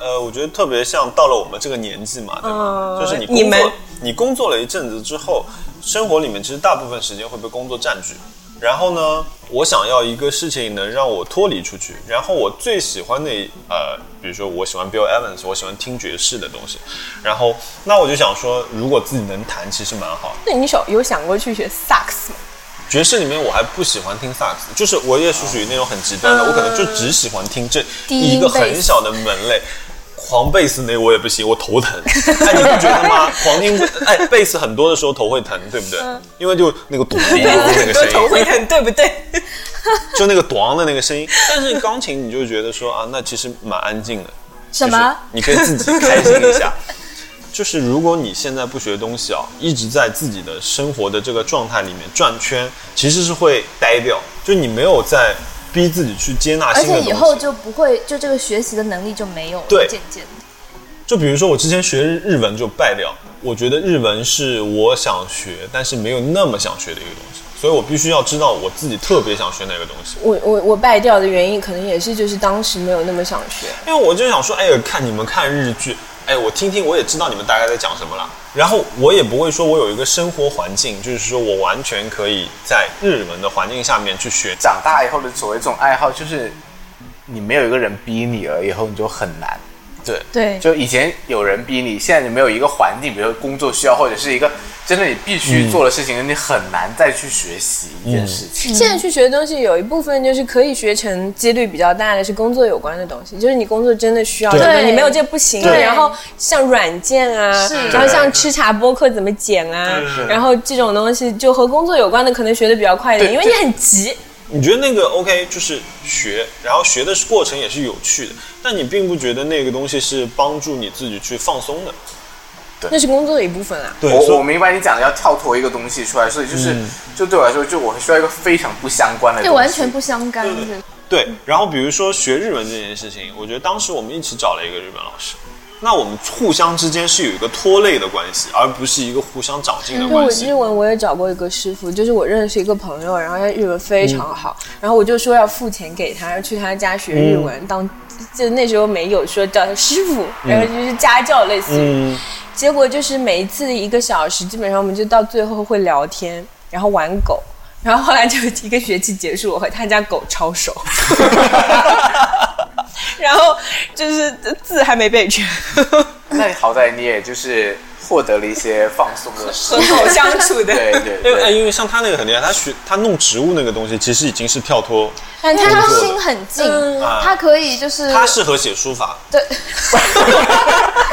A: 呃，我觉得特别像到了我们这个年纪嘛，对吗？
B: 嗯
A: 就是你
B: 你
A: 工
B: 们
A: 作，你工作了一阵子之后，生活里面其实大部分时间会被工作占据。然后呢，我想要一个事情能让我脱离出去。然后我最喜欢的呃，比如说我喜欢 Bill Evans，我喜欢听爵士的东西。然后那我就想说，如果自己能弹，其实蛮好。
B: 那你有有想过去学萨克斯吗？
A: 爵士里面我还不喜欢听萨克斯，就是我也是属于那种很极端的，我可能就只喜欢听这
C: 低音
A: 一个很小的门类。狂贝斯那我也不行，我头疼。 (laughs) 哎，你不觉得吗？狂听哎，贝斯很多的时候头会疼，对不对？因为就那个咚咚的嗯那个声
B: 都头
A: 音，
B: 会疼，对不对？
A: 就那个咚的那个声音。但是钢琴你就觉得说啊，那其实蛮安静的，就
C: 什
A: 是
C: 么？
A: 你可以自己开心一下。就是如果你现在不学东西啊，一直在自己的生活的这个状态里面转圈，其实是会呆掉，就你没有在逼自己去接纳
C: 而
A: 新的
C: 且
A: 东西。
C: 以后就不会，就这个学习的能力就没有了，
A: 对
C: 渐渐的。
A: 就比如说我之前学日文就败掉，我觉得日文是我想学，但是没有那么想学的一个东西，所以我必须要知道我自己特别想学哪个东西。
B: (laughs) 我我我败掉的原因可能也是就是当时没有那么想学，
A: 因为我就想说，哎呀，看你们看日剧，哎，我听听，我也知道你们大概在讲什么了。然后我也不会说我有一个生活环境，就是说我完全可以在日文的环境下面去学。
E: 长大以后的所谓这种爱好，就是你没有一个人逼你了，以后你就很难。
A: 对，
C: 对，
E: 就以前有人逼你，现在你没有一个环境，比如说工作需要，或者是一个真的你必须做的事情，你很难再去学习一件事情。
A: 嗯
B: 现在去学的东西有一部分就是可以学成，几率比较大的是工作有关的东西，就是你工作真的需要
A: 对
B: 这个，你没有这不行。啊
C: 对
B: 然后像软件啊，然后像吃茶播客怎么剪啊，然后这种东西就和工作有关的可能学的比较快一点，因
E: 对
B: 为你很急。
A: 你觉得那个 OK 就是学，然后学的过程也是有趣的，但你并不觉得那个东西是帮助你自己去放松的。
B: 那是工作的一部分啊啦。
A: 对
E: 我
A: 所以嗯
E: 我明白你讲的要跳脱一个东西出来，所以就是、就对我来说，就我需要一个非常不相关的东
C: 对，
E: 西，
C: 完全不相干。
A: 对
C: 对
A: 对，然后比如说学日文这件事情，我觉得当时我们一起找了一个日本老师，那我们互相之间是有一个拖累的关系，而不是一个互相长进的
B: 因为我
A: 关系
B: 日。文我也找过一个师傅，就是我认识一个朋友，然后他日文非
E: 嗯
B: 常好，然后我就说要付钱给他，去他家学
E: 嗯
B: 日文，当就那时候没有说叫他师傅，然
E: 嗯
B: 后就是家教类似于。
A: 嗯，
B: 结果就是每一次一个小时，基本上我们就到最后会聊天，然后玩狗。然后后来就一个学期结束，我和他家狗超熟， (laughs) 然后就是字还没背全， (laughs)
E: 那你好歹你也就是获得了一些放松
A: (laughs)
E: 的事。
B: 和狗相处的。
E: 对对
A: 因为哎
E: 对，
A: 因为像他那个很厉害，他学他弄植物那个东西，其实已经是跳脱，
C: 但他他心很静，他可以就是
A: 他适合写书法，
C: 对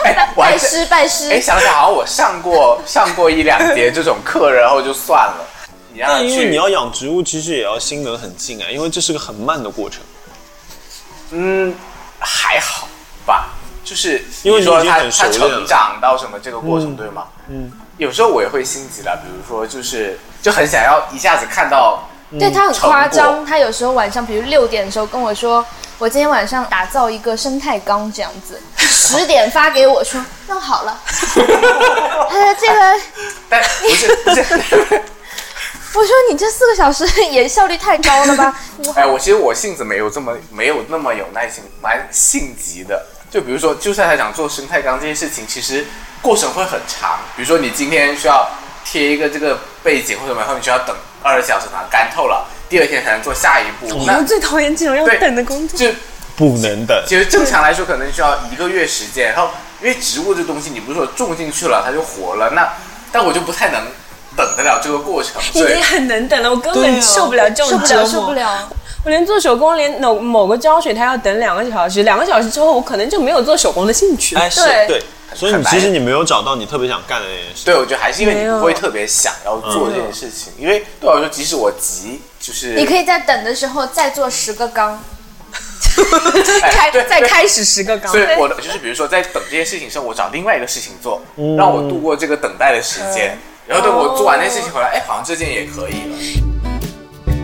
E: 哎，我
C: (laughs)
E: 还
C: 拜
E: 真
C: 师拜师
E: 哎，，想想好像我上过上过一两节这种课，然后就算了。你让他
A: 但因为
E: 去，
A: 你要养植物，其实也要心能很静啊，因为这是个很慢的过程。
E: 嗯，还好吧，就是
A: 因为你
E: 你说
A: 已经
E: 他
A: 很熟
E: 他
A: 练了
E: 成长到什么这个过程、对吗？嗯，有时候我也会心急了，比如说就是就很想要一下子看到嗯
C: 对他很夸
E: 成
C: 张，
E: 果
C: 他有时候晚上，比如六点的时候跟我说，我今天晚上打造一个生态缸这样
E: (laughs)
C: 子，十点发给我说弄好了，
E: 哎
C: 呃，这个
E: (laughs) 但不是不是， (laughs)
C: 我说你这四个小时也效率太高了
E: (laughs)
C: 吧？
E: 哎，我其实我性子没有这么没有那么有耐心，蛮性急的。就比如说，就算他想做生态缸这件事情，其实过程会很长。比如说，你今天需要贴一个这个背景或者什么，然后你需要等二十小时，它干透了，第二天才能做下一步。那
B: 我最讨厌这种要
E: 对
B: 等的工作。
E: 就
A: 不能等，
E: 其实正常来说，可能需要一个月时间。然后，因为植物这东西，你不是说种进去了它就活了，那但我就不太能等得了这个过程，
B: 已
E: 所以
B: 经很能等了，我根
A: 对
B: 本
A: 啊
B: 受不了这
C: 受
B: 种
C: 不
B: 折
C: 了，
B: 磨，
C: 受不了！
B: 我连做手工，连某某个胶水，它要等两个小时，两个小时之后，我可能就没有做手工的兴趣了。
A: 哎，是
C: 对
A: 对，所以你其实你没有找到你特别想干的那件事。
E: 对，我觉得还是因为
B: 没
E: 你
B: 有
E: 不会特别想要做这件事情，因为对我来说，即使我急，就是
C: 你可以在等的时候再做十个缸，
E: 哎
B: 开
E: 对
B: 再
E: 对
B: 开始十个岗
E: 所以我的就是比如说在等这件事情上，我找另外一个事情做，让我度过这个等待的时间。然后等我做完那
C: 哦
E: 件事情回来，哎，好像这件也可以了。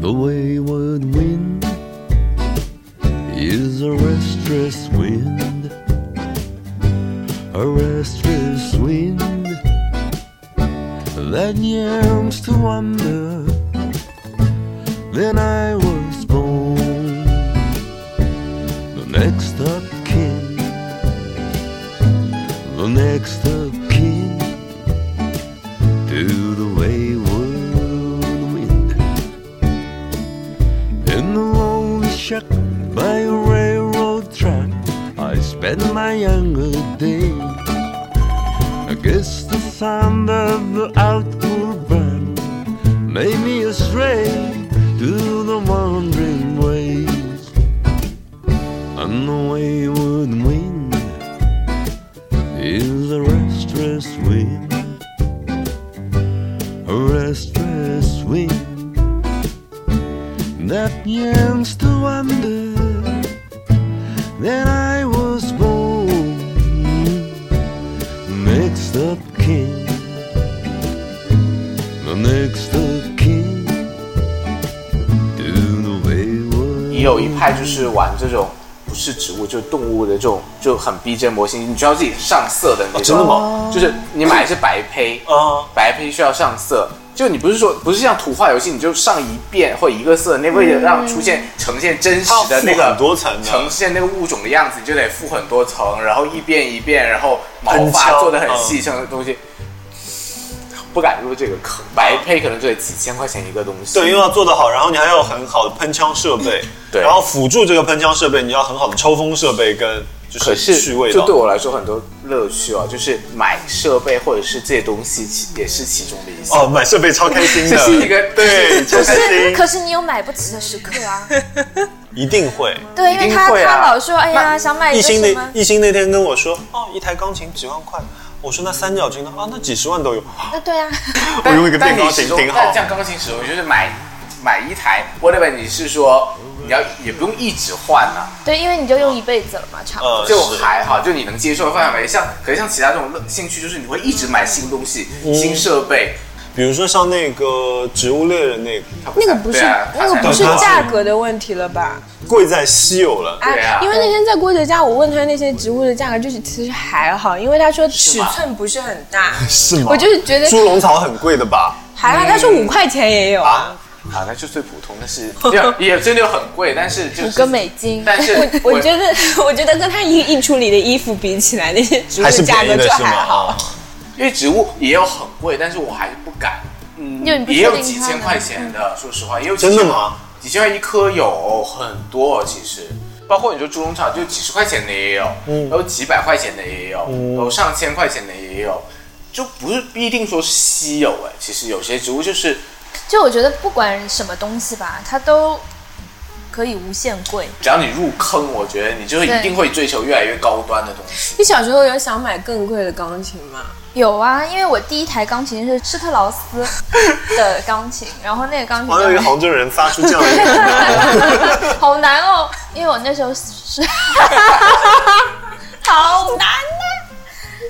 F: The wayward wind is a restless wind, a restless wind that yearns to wander. Then I was born, the next of kin, the next of kin to the wayward wind. In the lonely shack by a railroad track, I spent my younger days. Against the sound of the outward band made me astray to the wandering ways. And the wayward wind is a restless wind, a restless wind that yearns to wander. Then I was born next up king, the next up king to the wayward.
E: 也有一派就是玩这种不是植物就动物的这种就很逼真模型，你需要自己上色的
A: 哦
E: 那种。
A: 真的吗？
E: 就是你买的是白胚，
A: 啊，
E: 白胚需要上色，就你不是说不是像图画游戏，你就上一遍或一个色，那为了让出现呈现真实的那
A: 它要复
E: 个
A: 很多层啊的
E: 呈现那个物种的样子，你就得复很多层，然后一遍一遍，然后毛
A: 很
E: 发
A: 敲
E: 做的很
A: 嗯
E: 细，这样的东西。不敢入这个坑，白配可能就得几千块钱一个东西。
A: 对，因为要做得好，然后你还要有很好的喷枪设备，
E: 对
A: 然后辅助这个喷枪设备，你要很好的抽风设备跟就
E: 可
A: 是去味
E: 是，就
A: 道
E: 对。我来说，很多乐趣啊，就是买设备或者是这些东西，其也是其中的一
B: (laughs)
E: 项。
A: 哦，买设备超开心的，
E: (laughs) 这是一个
A: 对，超
C: 可
A: 开
C: 是
A: 心，
C: 可是你有买不起的时刻
E: (laughs)
C: 啊，
A: 一定会。
C: 对，因为
E: 一定
C: 他
E: 会啊
C: 他老说，哎呀，想买一
A: 一
C: 个
A: 星
C: 什
A: 那
C: 么，
A: 一星那天跟我说，哦，一台钢琴几万块，我说那三角琴呢？啊，那几十万都有。
C: 那对啊， (laughs)
E: 但
A: 我用一个
E: 但
A: 电钢
E: 你
A: 琴
E: 始终
A: 挺好
E: 但像钢琴使用就是买买一台，whatever，你是说你要也不用一直换啊，
C: 对，因为你就用一辈子了嘛，差不多。
A: 呃，
E: 就是还好，就你能接受的范围。像可是像其他这种乐兴趣，就是你会一直买新东西、
A: 嗯
E: 新设备。
A: 比如说像那个《植物猎人》那个，
E: 它
B: 那个不是、
E: 对啊
B: 那个
E: 它才
B: 不是
A: 对它
B: 价格的问题了吧？哎
A: 贵在稀有了。
E: 对啊
B: 因为那天在郭姐家，我问他那些植物的价格，就是其实还好，因为他说尺寸不是很 (laughs) 大，
A: 是吗
B: 我就是觉得
A: 猪笼草很贵的吧？
B: 还好。他说五块钱也有啊，
E: 啊，那就最普通
B: (laughs)
E: 的是，也也真的很贵，但是就是
C: 五个美金
E: 但是
B: (laughs) 我我觉得我觉得跟他一一处理的衣服比起来，那些植物
A: 还是
B: 价
A: 便
B: 格
A: 宜的
B: 就是
A: 吗？
B: 还好。
A: 啊
E: 因为植物也有很贵，但是我还是不敢。嗯
C: 因为你不
E: 也有
C: 确定
E: 几
C: 它
E: 千
C: 呢
E: 块钱的，说实话，也有
A: 真的
E: 几千
A: 吗？
E: 几千块一颗有很多，其实包括你说猪笼草，就几十块钱的也有，嗯，有几百块钱的也有，
A: 嗯
E: 有上千块钱的也有，就不是不一定说是稀有哎、其实有些植物就是
C: 就我觉得不管什么东西吧，它都可以无限贵。
E: 只要你入坑，我觉得你就一
C: 对
E: 定会追求越来越高端的东西。
B: 你小时候有想买更贵的钢琴吗？
C: 有啊，因为我第一台钢琴是施特劳斯的钢琴，然后那个钢琴
A: 好像有一
C: 叫
A: 个杭州人发出这样
B: (laughs)
A: 的，
C: (laughs) 好难哦，因为我那时候是 (laughs) 好难呐、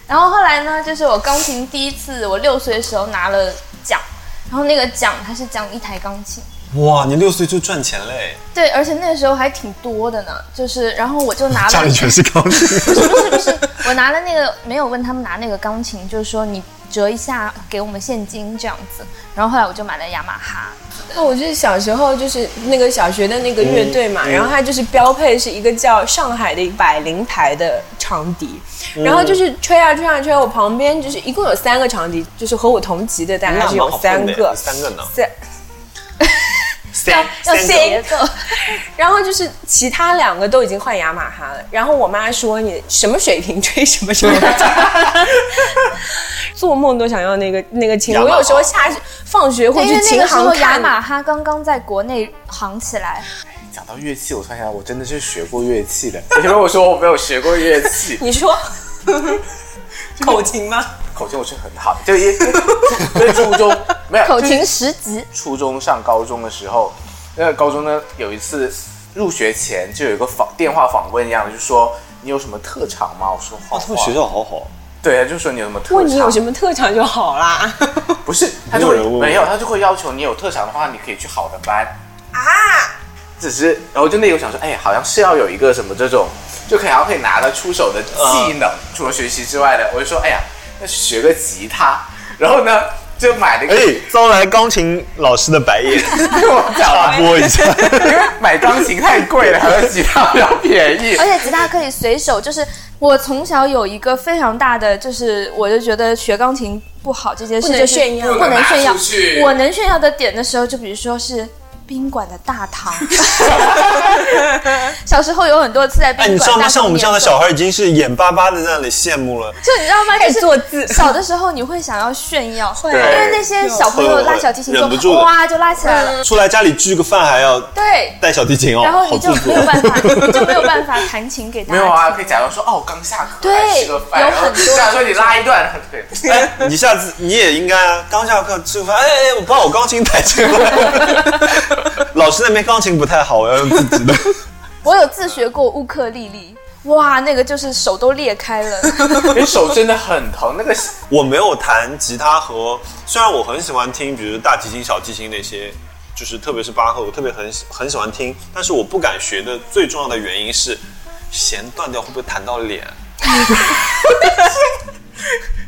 C: 然后后来呢，就是我钢琴第一次，我六岁的时候拿了奖，然后那个奖它是奖一台钢琴，
A: 哇，你六岁就赚钱哎嘞！
C: 对，而且那个时候还挺多的呢，就是然后我就拿了
D: 家里全是钢琴。
C: 不是不是不是，我拿了那个没有问他们拿那个钢琴，就是说你折一下给我们现金这样子。然后后来我就买了雅马哈，
B: 那我就是小时候就是那个小学的那个乐队
A: 嗯
B: 嘛，然后它就是标配是一个叫上海的一百灵牌的长笛，
A: 嗯
B: 然后就是吹啊吹啊吹啊，我旁边就是一共有三个长笛，就是和我同级的大概是有
A: 那蛮
B: 三
A: 好
B: 个
A: 分的，三个呢
B: 三
A: 三
C: 要
A: 三
C: 节奏，
B: 然后就是其他两个都已经换雅马哈了，然后我妈说你什么水平 (laughs) 吹什
A: (laughs)
B: 么什么，做梦都想要那个那个琴。
A: 雅马
B: 我
A: 哈
B: 有时候下去放学会
C: 因
B: 去
C: 为那
B: 琴
C: 个时
B: 行
C: 候雅
B: 看。
C: 马哈刚刚在国内行起来，
E: 讲到乐器，我突然想到，我真的是学过乐器的。因为我说我没有学过乐器，
B: 你说口琴吗？
E: 口琴我是很好，就因为在初中没有
C: 口
E: 就是
C: 琴十级，
E: 初中上高中的时候，那个高中呢有一次入学前就有一个访电话访问一样的，就说你有什么特长吗？我说画
A: 哇，他们
E: 画。
A: 学校好好，
E: 对啊，就说你有什么特长？
B: 问你有什么特长就好啦。
E: 不是，他
A: 没
E: 就
A: 有
E: 会
A: 人问
E: 没有，他就会要求你有特长的话，你可以去好的班啊。只是，然后就那有想说，哎，好像是要有一个什么这种，就可以好像可以拿得出手的技能，除了学习之外的，我就说，哎呀，那学个吉他，然后呢，就买了一个
A: 哎，招来钢琴老师的白眼，
E: 给我讲
A: 插
E: 完，
A: 播一
B: (laughs)
A: 下。
E: 因为买钢琴太贵了，还有吉他比较便宜
C: 而。且吉他可以随手。就是我从小有一个非常大的，就是我就觉得学钢琴不好这件事
B: 不能
C: 就是
B: 炫耀
C: 不能炫耀
E: 不能拿出去。
C: 我能炫耀的点的时候，就比如说是。宾馆的大
B: (laughs)
C: 堂，小时候有很多次在
A: 哎，
C: 宾
A: 你知道
C: 馆
A: 吗？
C: 大堂里面做、
A: 像我们这样的小孩已经是眼巴巴的在那里羡慕了。
C: 就你知道吗？
B: 开始
C: 就是
B: 做字
C: 小的时候你会想要炫耀，因
B: 对
C: 为那些小朋友拉小提琴
A: 忍不住
C: 就
A: 的
C: 哇就拉起来
B: 嗯
C: 了，
A: 出来家里聚个饭还要
C: 对，
A: 带小提琴哦，
C: 然后
A: 好
C: 你就
A: 做作。
C: 没有办法，你就没有办法弹琴给大
E: 没有
C: 家
E: 啊，
C: 听。
E: 可以假装说哦，刚下课，
C: 对
E: 来吃个饭，
C: 有
E: 然后
C: 很多
E: 假如说你拉一段，然后对，
A: 哎，你下次你也应该啊，刚下课吃个饭，哎哎，我把我钢琴带进
C: (laughs)
A: 来。老师那边钢琴不太好，我要用自己的。
C: 我有自学过乌克丽丽，哇，那个就是手都裂开了，
E: 因为哎手真的很疼，那个
A: 我没有弹吉他和，虽然我很喜欢听，比如大提琴、小提琴那些，就是特别是巴赫，我特别很喜很喜欢听，但是我不敢学的最重要的原因是，弦断掉会不会弹到脸？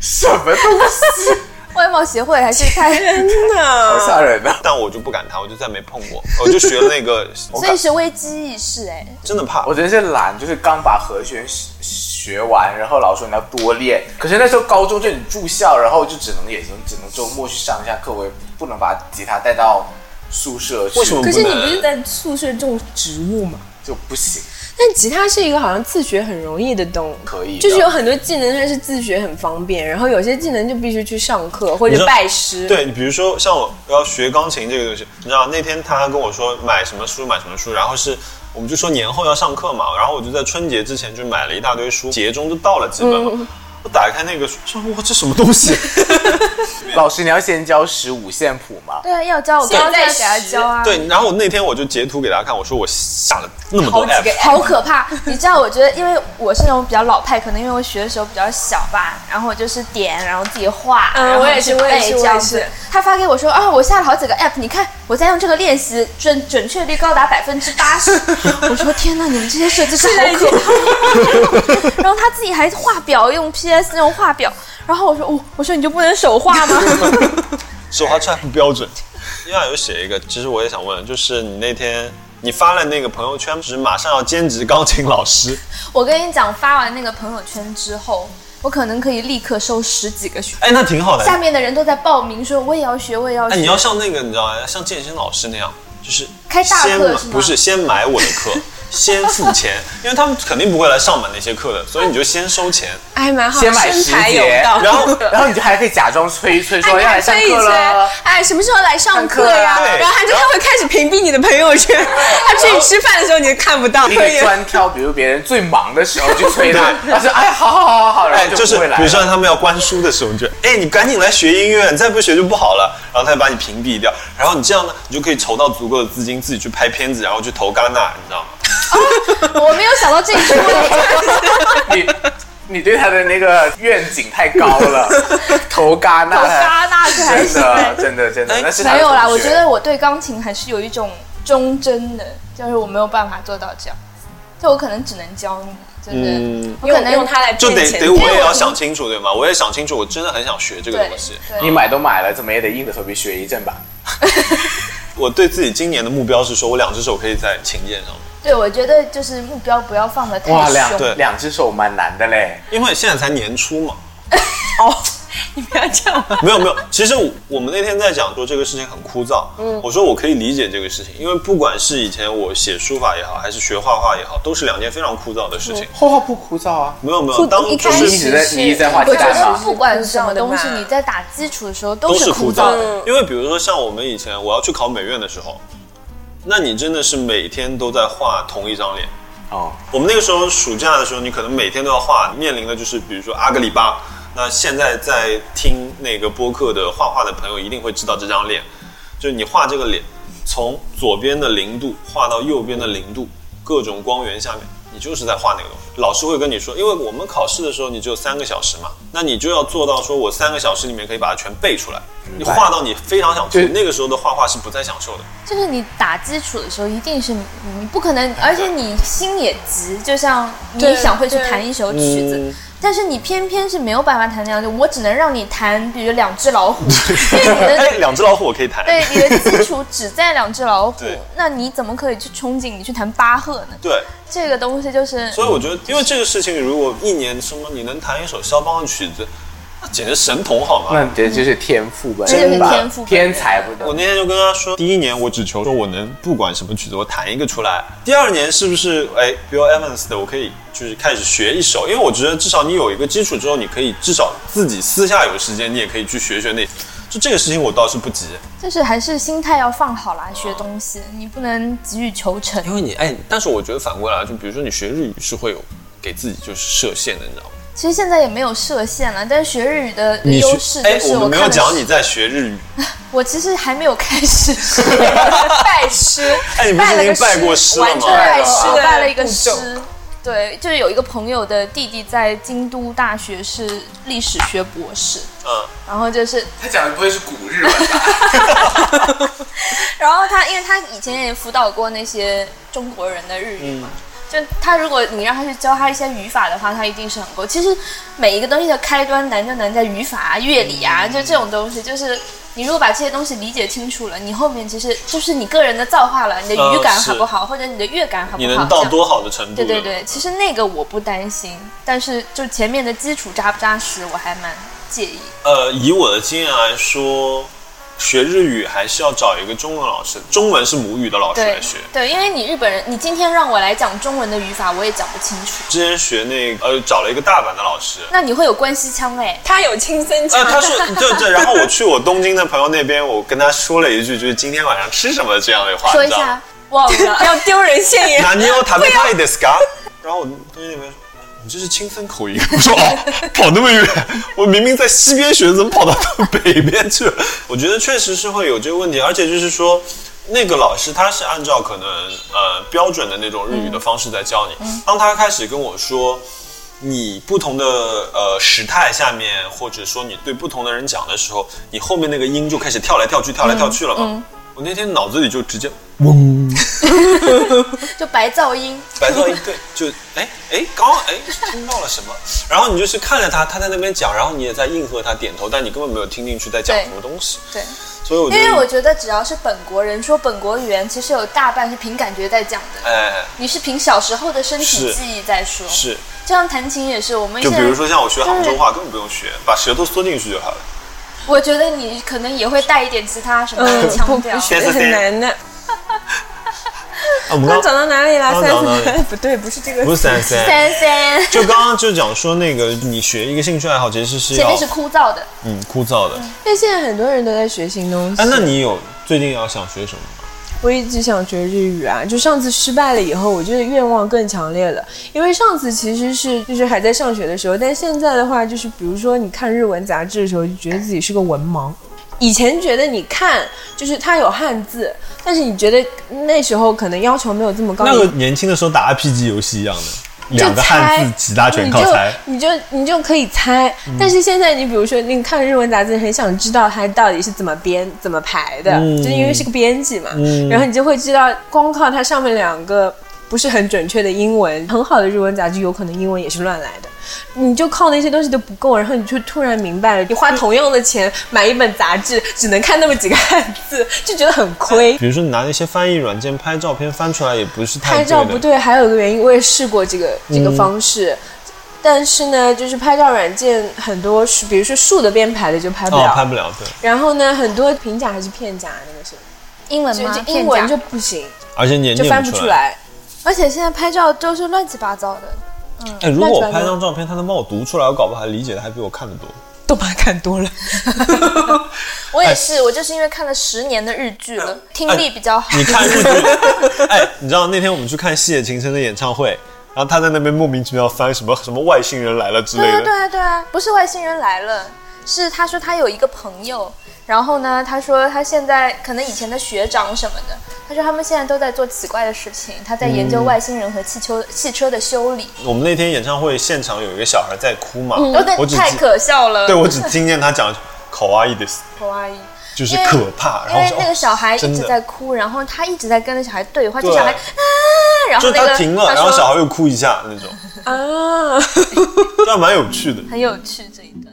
E: 什么东西？
C: 外貌协会还是太，
B: 真
E: 好
B: 的，
E: 吓人啊！
A: 但我就不敢弹，我就再没碰过，我就学了那个，我
C: 所以
A: 敢
C: 是危机意识哎。
A: 真的怕
E: 我。真是懒，就是刚把和弦学学完，然后老师说你要多练。可是那时候高中就你住校，然后就只能也能只能周末去上一下课，我也不能把吉他带到宿舍去，
A: 为什么
B: 可是
A: 不
B: 你不
A: 能
B: 是在宿舍种植物吗？
E: 就不行？
B: (laughs) 但吉他是一个好像自学很容易的东西，
E: 可以的
B: 就是有很多技能它是自学很方便，然后有些技能就必须去上课或
A: 你
B: 者
A: 知道
B: 拜师。，
A: 对，你比如说像我要学钢琴这个东西，你知道那天他跟我说买什么书买什么书，然后是我们就说年后要上课嘛，然后我就在春节之前就买了一大堆书，节中就到了基本嘛。
B: 嗯
A: 我打开那个书，说哇这什么东
B: (laughs)
A: 西？
E: 老师你要先教十五线谱吗？
C: 对啊，要教我
B: 现
C: 刚刚
B: 在
C: 在给他
B: 时
C: 教啊。
A: 对，然后我那天我就截图给他看，我说我下了那么多
B: 好几个
A: app，
C: 好可怕！你知道，我觉得，因为我是那种比较老派，可能因为我学的时候比较小吧，然后我就是点，然后自己画，
B: 嗯
C: 然后
B: 我也是
C: 去
B: 我也是
C: 背
B: 我也
C: 这样子
B: 是。
C: 他发给我说啊，我下了好几个 app，你看我在用这个练习，准准确率高达百分之八十。 (laughs) 我说天哪，你们这些设计师好可怕！ (laughs) 然后他自己还画表，用 PS 那种画表。然后我说，我、哦我说你就不能手画吗？ (laughs)
A: 手画出来不标准。另外有写一个，其实我也想问，就是你那天你发了那个朋友圈，就是马上要兼职钢琴老师，
C: 我跟你讲，发完那个朋友圈之后，我可能可以立刻收十几个学
A: 哎，那挺好的。
C: (laughs) 下面的人都在报名说我也要学，我也要学。
A: 哎，你要像那个，你知道吗？像健身老师那样，就是
C: 开大
A: 先
C: 课
A: 买
C: 是吗
A: 不是先买我的
C: (laughs)
A: 课，先付钱，因为他们肯定不会来上满那些课的，所以你就先收钱。
B: 哎，蛮
C: 啊
B: 好，
E: 先买
B: 身
E: 十
B: 材有
E: 节，
B: 道。(laughs)
E: 然后然后你就还可以假装催一催
C: 哎
E: 说要来上
B: 催一
E: 课
B: 催
C: (laughs)
E: 了。，
B: 哎，什么时候来上课呀
E: 上？
A: 课啊对，
B: 然后他就他会开始屏蔽你的朋友圈，
E: (laughs)
B: 他去吃饭的时候你就看不到。
E: 你
B: 所
E: 可以
B: 以 (laughs)
E: 专挑，比如别人最忙的时候去催他
A: 对
E: 他说：“哎，好好好好好，然
A: 哎，
E: 后
A: 就是
E: 不会来
A: 比如说
E: 了。
A: 他们要关书的时候，你就哎，你赶紧来学音乐，你再不学就不好了。然后他就把你屏蔽掉，然后你这样呢，你就可以筹到足够的资金，自己去拍片子，然后去投戛纳，你知道吗？
C: 我没有想到这一出，
E: 你你对他的那个愿景太高
C: (laughs)
E: 了，头戛纳，
C: 我戛纳去还
E: 真
C: 是
E: 的真的真的， (laughs) 那是他
C: 哎
E: 的
C: 没有啦。
E: 同
C: 我
E: 学
C: 觉得我对钢琴还是有一种忠贞的，就是我没有办法做到这样，就我可能只能教你，真的，
A: 嗯
C: 我可
B: 用
C: 能
B: 用它来
A: 就
B: 骗
A: 得
B: 钱
A: 得我也要想清楚，对吗？我也想清楚，我真的很想学这个
C: 对
A: 东西。
E: 你
C: 对。
E: 买都买了，怎么也得硬着头皮学一阵吧。
A: 我对自己今年的目标是说，我两只手可以在琴键上面。
C: 对，我觉得就是目标不要放的太
E: 哇，
C: 凶。
A: 对
E: 两两只手蛮难的嘞。
A: 因为现在才年初嘛。
B: 你 (laughs) 不要这样
A: (laughs)
B: 嘛。
A: 没有没有，其实我我们那天在讲说这个事情很枯燥，嗯，我说我可以理解这个事情，因为不管是以前我写书法也好，还是学画画也好，都是两件非常枯燥的事情。
E: 画画不嗯枯燥啊，
A: 没有没有，当
B: 一
A: 就
B: 开
E: 你一
A: 是
E: 直
B: 始
E: 在
B: 是，
E: 你一直在画
C: 我
E: 鸡
C: 觉
E: 蛋
C: 得
E: 吗？
C: 不管什么
B: (laughs)
C: 东西，
B: 嗯
C: 你在打基础的时候
A: 都
C: 都
A: 是枯
C: 枯
A: 燥
C: 的。
A: 的，因为比如说像我们以前我要去考美院的时候，那你真的是每天都在画同一张脸。
E: 哦，
A: 我们那个时候暑假的时候，你可能每天都要画，面临的就是比如说阿格里巴。那现在在听那个播客的画画的朋友一定会知道这张脸，就是你画这个脸，从左边的零度画到右边的零度，各种光源下面，你就是在画那个东西。老师会跟你说，因为我们考试的时候你只有三个小时嘛，那你就要做到说我三个小时里面可以把它全背出来，你
E: 白
A: 画到你非常想吐
E: 就。
A: 那个时候的画画是不再享受的。
C: 就是你打基础的时候，一定是你不可能，
A: 哎
C: 而且你心也急，就像你
B: 对
C: 想会去
B: 对
C: 弹一首曲子
A: 嗯，
C: 但是你偏偏是没有办法弹那样，就我只能让你弹，比如两只老
A: (laughs)
C: 虎，因为你的
A: 哎，两只老虎我可以弹。
C: 对你的基础只在两只老虎
A: 对，
C: 那你怎么可以去憧憬你去弹巴赫呢？
A: 对，
C: 这个东西就是
A: 所以我觉得，因为这个事情，如果一年什么你能弹一首肖邦的曲子，那简直神童好吗？
E: 那这就是天赋本
C: 哦这就是
E: 吧
C: 天赋本
E: 天才不
A: 我
E: 得。
A: 那天就跟他说，第一年我只求说我能不管什么曲子我弹一个出来，第二年是不是哎 Bill Evans 的我可以就是开始学一首，因为我觉得至少你有一个基础之后，你可以至少自己私下有时间你也可以去学学那，就这个事情我倒是不急，
C: 就是还是心态要放好啦，学东
A: 哦
C: 西你不能急于求成。
A: 因为你哎，但是我觉得反过来就比如说你学日语是会有给自己就是设限的，你知道吗？
C: 其实现在也没有设限了，但是学日语的
A: 你
C: 优势
A: 哎
C: 就，是
A: 我们没有
C: 看的
A: 讲
C: 书
A: 你在学日语，
C: 我其实还没有开
A: (laughs)
C: 始拜师，
A: 哎，你不
C: 拜
A: 是
C: 了
A: 已
C: 个
A: 经拜
C: 师
A: 过师了
B: 完
A: 吗？
B: 全拜师
C: 我
B: 的
C: 拜了一个
B: 步骤
C: 师。对，就是有一个朋友的弟弟在京都大学是历史学博士，
A: 嗯。
C: 然后就是，
E: 他讲的不会是古日本吧？
A: 嗯
C: 然后他因为他以前也辅导过那些中国人的日语嘛，就他，如果你让他去教他一些语法的话，他一定是很够。其实每一个东西的开端难就难在语法啊、乐理
A: 嗯
C: 啊，就这种东西，就是你如果把这些东西理解清楚了，你后面其实就是你个人的造化了，你的语感
A: 嗯是
C: 好不好，或者你的乐感好不好，
A: 啊你能到
C: 这样
A: 多好的程度？
C: 对对，对，其实那个我不担心，但是就前面的基础扎不扎实，我还蛮介意。
A: 呃，以我的经验来说，学日语还是要找一个中文老师，中文哦是母语的老师
C: 对
A: 来学。
C: 对，因为你日本人，你今天让我来讲中文的语法，我也讲不清楚。
A: 之前学那个呃，找了一个大阪的老师，
C: 那你会有关西腔哎，
B: 他有青森
A: 呃，
B: 腔，
A: 他
C: (laughs)
A: 说对对，然后我去我东京的朋友那边，我跟他说了一句，就是今天晚上吃什么这样的话，
C: 说
A: 你
C: 一
A: 知道吗
C: 下，忘
A: (laughs)
C: 了。
B: 要丢人现
E: (laughs)
B: 眼。
A: 何を食べたいですか？然后我东京那边说，你这是青森口音。我说哦，跑那么远，我明明在西边学，怎么跑到北边去了？我觉得确实是会有这个问题，而且就是说。那个老师他是按照可能呃标准的那种日语的方式在教你。当他开始跟我说你不同的呃时态下面，或者说你对不同的人讲的时候，你后面那个音就开始跳来跳去、跳来跳去了嘛。我那天脑子里就直接
C: 就白噪音，
A: 白噪音对，就哎哎，刚刚哎听到了什么？然后你就是看着他，他在那边讲，然后你也在应和他点头，但你根本没有听进去在讲
C: 对
A: 什么东西。
C: 对，
A: 所以我
C: 因
A: 觉得，
C: 为我觉得只要是本国人说本国语言，其实有大半是凭感觉在讲的，
A: 哎
C: 你是凭小时候的身体
A: 是
C: 记忆在说。
A: 是，
C: 就像弹琴也是，我们
A: 就
C: 现
A: 比
C: 在
A: 如说像我学杭州话，根本不用学，把舌头缩进去就好了。
C: 我觉得你可能也会带一点其他什
B: (laughs)
C: 么的嗯
A: (laughs)
C: 腔调。
A: 学得
B: 很难的。
A: 啊，我们
B: 刚讲到哪里啦？
A: 刚
B: 三
A: 讲到哪里
B: 十分 (laughs) 不对，不是这个。
A: 不是三三，
C: 三三，
A: 就刚刚就讲说那个你学一个兴趣爱好，其实是
C: 前
A: 要
C: 面是枯燥的。
A: 嗯枯燥的。
B: 因为现在很多人都在学新东西。
A: 哎，那你有最近要想学什么？
B: 我一直想学日语啊，就上次失败了以后，我觉得愿望更强烈了。因为上次其实是就是还在上学的时候，但现在的话就是，比如说你看日文杂志的时候，就觉得自己是个文盲。以前觉得你看就是它有汉字，但是你觉得那时候可能要求没有这么高。
A: 那个年轻的时候打 RPG 游戏一样的，
B: 就
A: 两个汉字
B: 猜
A: 几大全靠猜。嗯
B: 你就你就你就可以猜。但是现在你比如说你看日文杂志，很想知道它到底是怎么编怎么排的，
A: 嗯
B: 就因为是个编辑嘛，然后你就会知道，光靠它上面两个不是很准确的英文，很好的日文杂志有可能英文也是乱来的。你就靠那些东西都不够，然后你就突然明白了，你花同样的钱买一本杂志，只能看那么几个汉字，就觉得很亏。
A: 比如说你拿那些翻译软件拍照片翻出来，也不是太
B: 拍照不
A: 对的。
B: 对，还有一个原因，我也试过这个这个方式，但是呢，就是拍照软件很多是，比如说竖的编排的就拍不
A: 哦
B: 了，，
A: 拍不了，对。
B: 然后呢，很多平假还是片假那个是，
C: 英文
B: 就
C: 吗？
B: 就英文就不行，
A: 而且你也
B: 就
A: 念
B: 翻不
A: 出
B: 出。来。
C: 而且现在拍照都是乱七八糟的，
A: 哎，如果
B: 乱
A: 我
B: 七八
A: 拍
B: 糟
A: 张照片，他能帮我读出来，我搞不好还理解的还比我看的多。
B: 动漫看多 (laughs) 了，
C: 我
A: 哎
C: 也是，我就是因为看了十年的日剧了，听力比较好。
A: 呃你看日剧，哎，你知道那天我们去看细野晴臣的演唱会，然后他在那边莫名其妙翻什么什么外星人来了之类
C: 对啊，对
A: 的，
C: 啊，对啊，不是外星人来了，是他说他有一个朋友，然后呢，他说他现在可能以前的学长什么的，他说他们现在都在做奇怪的事情，他在研究外星人和汽车、汽车的修理，
A: 我们那天演唱会现场有一个小孩在哭嘛，
C: 有点
A: 我只
C: 嗯太
A: 记
C: 可笑了。
A: 对我只听见他讲“口哇伊的”，
C: 可爱意。
A: 就是
C: 因为
A: 可怕。然
C: 因
A: 后我说
C: 为
A: 哦
C: 那个小孩一
A: 真
C: 直
A: 的
C: 在哭，然后他一直在跟那小孩对话，
A: 对
C: 就小孩啊，然
A: 就
C: 后
A: 是
C: 那
A: 他
C: 个
A: 停了，然后
C: 说
A: 小孩又哭一下那
C: (laughs)
A: 种，
B: 啊， (laughs)
A: 这样蛮有趣的。
C: 很有趣这一段。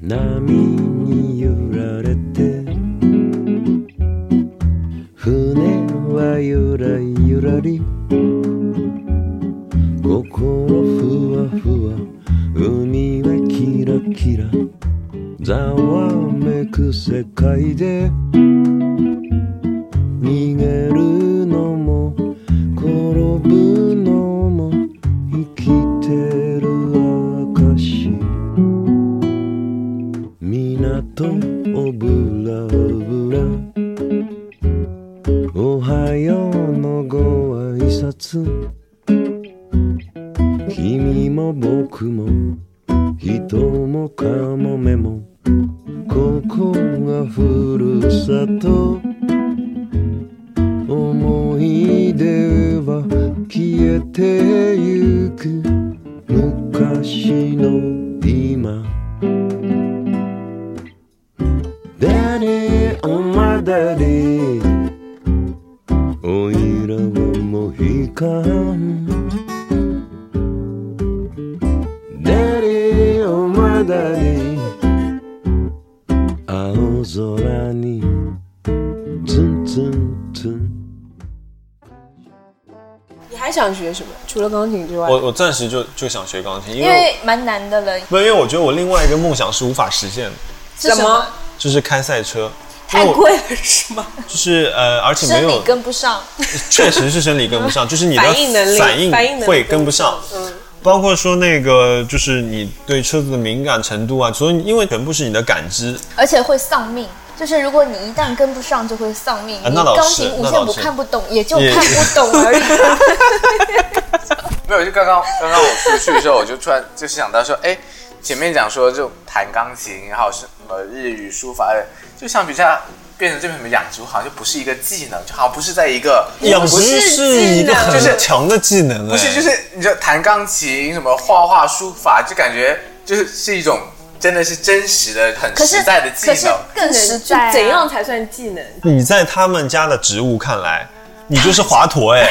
F: 波に揺られて船はゆらゆらり心ふわふわ海はキラキラざわめく世界で逃げるのも転ぶのも生きてる証港をぶらぶらおはようのご挨拶君も僕も人もかもめもここがふるさと思い出は消えてゆく昔の今 one. Daddy, oh my daddy, Ao Zorani, Tun Tun Tun.
B: 你还想学什么？除了钢琴之外，
A: 我我暂时就就想学钢琴，因
C: 因
A: 为
C: 为蛮难的了。
A: 不，因为我觉得我另外一个梦想是无法实现的，
C: 是什
B: 怎么
C: 么？
A: 就是开赛车。因
B: 太
A: 为我
B: 贵了是吗？
A: 就是呃，而且没
C: 生理
A: 有，
C: 跟不上，
A: 确实是生理跟不上，就是你的
B: 反应能力、
A: 反应
B: 反应能力
A: 会跟不上。
B: 嗯，
A: 包括说那个，就是你对车子的敏感程度啊，所以因为全部是你的感知，
C: 而且会丧命。就是如果你一旦跟不上，就会丧命。
A: 啊
C: 你
A: 那倒是
C: 钢琴五线
A: 那倒
C: 谱
A: 是
C: 看不懂，也就
A: 也
C: 看不懂
B: (laughs)
C: 而已。
E: 没有，就刚刚刚刚我出去的时候，我就突然就是想到说，哎，前面讲说就弹钢琴，然后什么日语书法，哎就相比之下，变成这边什么养猪，好像就不是一个技能，就好像不是在一个
A: 养殖
B: 不是
A: 是一
B: 技
A: 个
B: 能
A: 很强的技能、哎
E: 不是就是你知道弹钢琴什么画画书法，就感觉就是是一种真的是真实的很
C: 可是
E: 实在的技
C: 可是
E: 能。
C: 更实在啊、
B: 就怎样才算技能？
A: 你在他们家的植物看来，你就是华佗哎、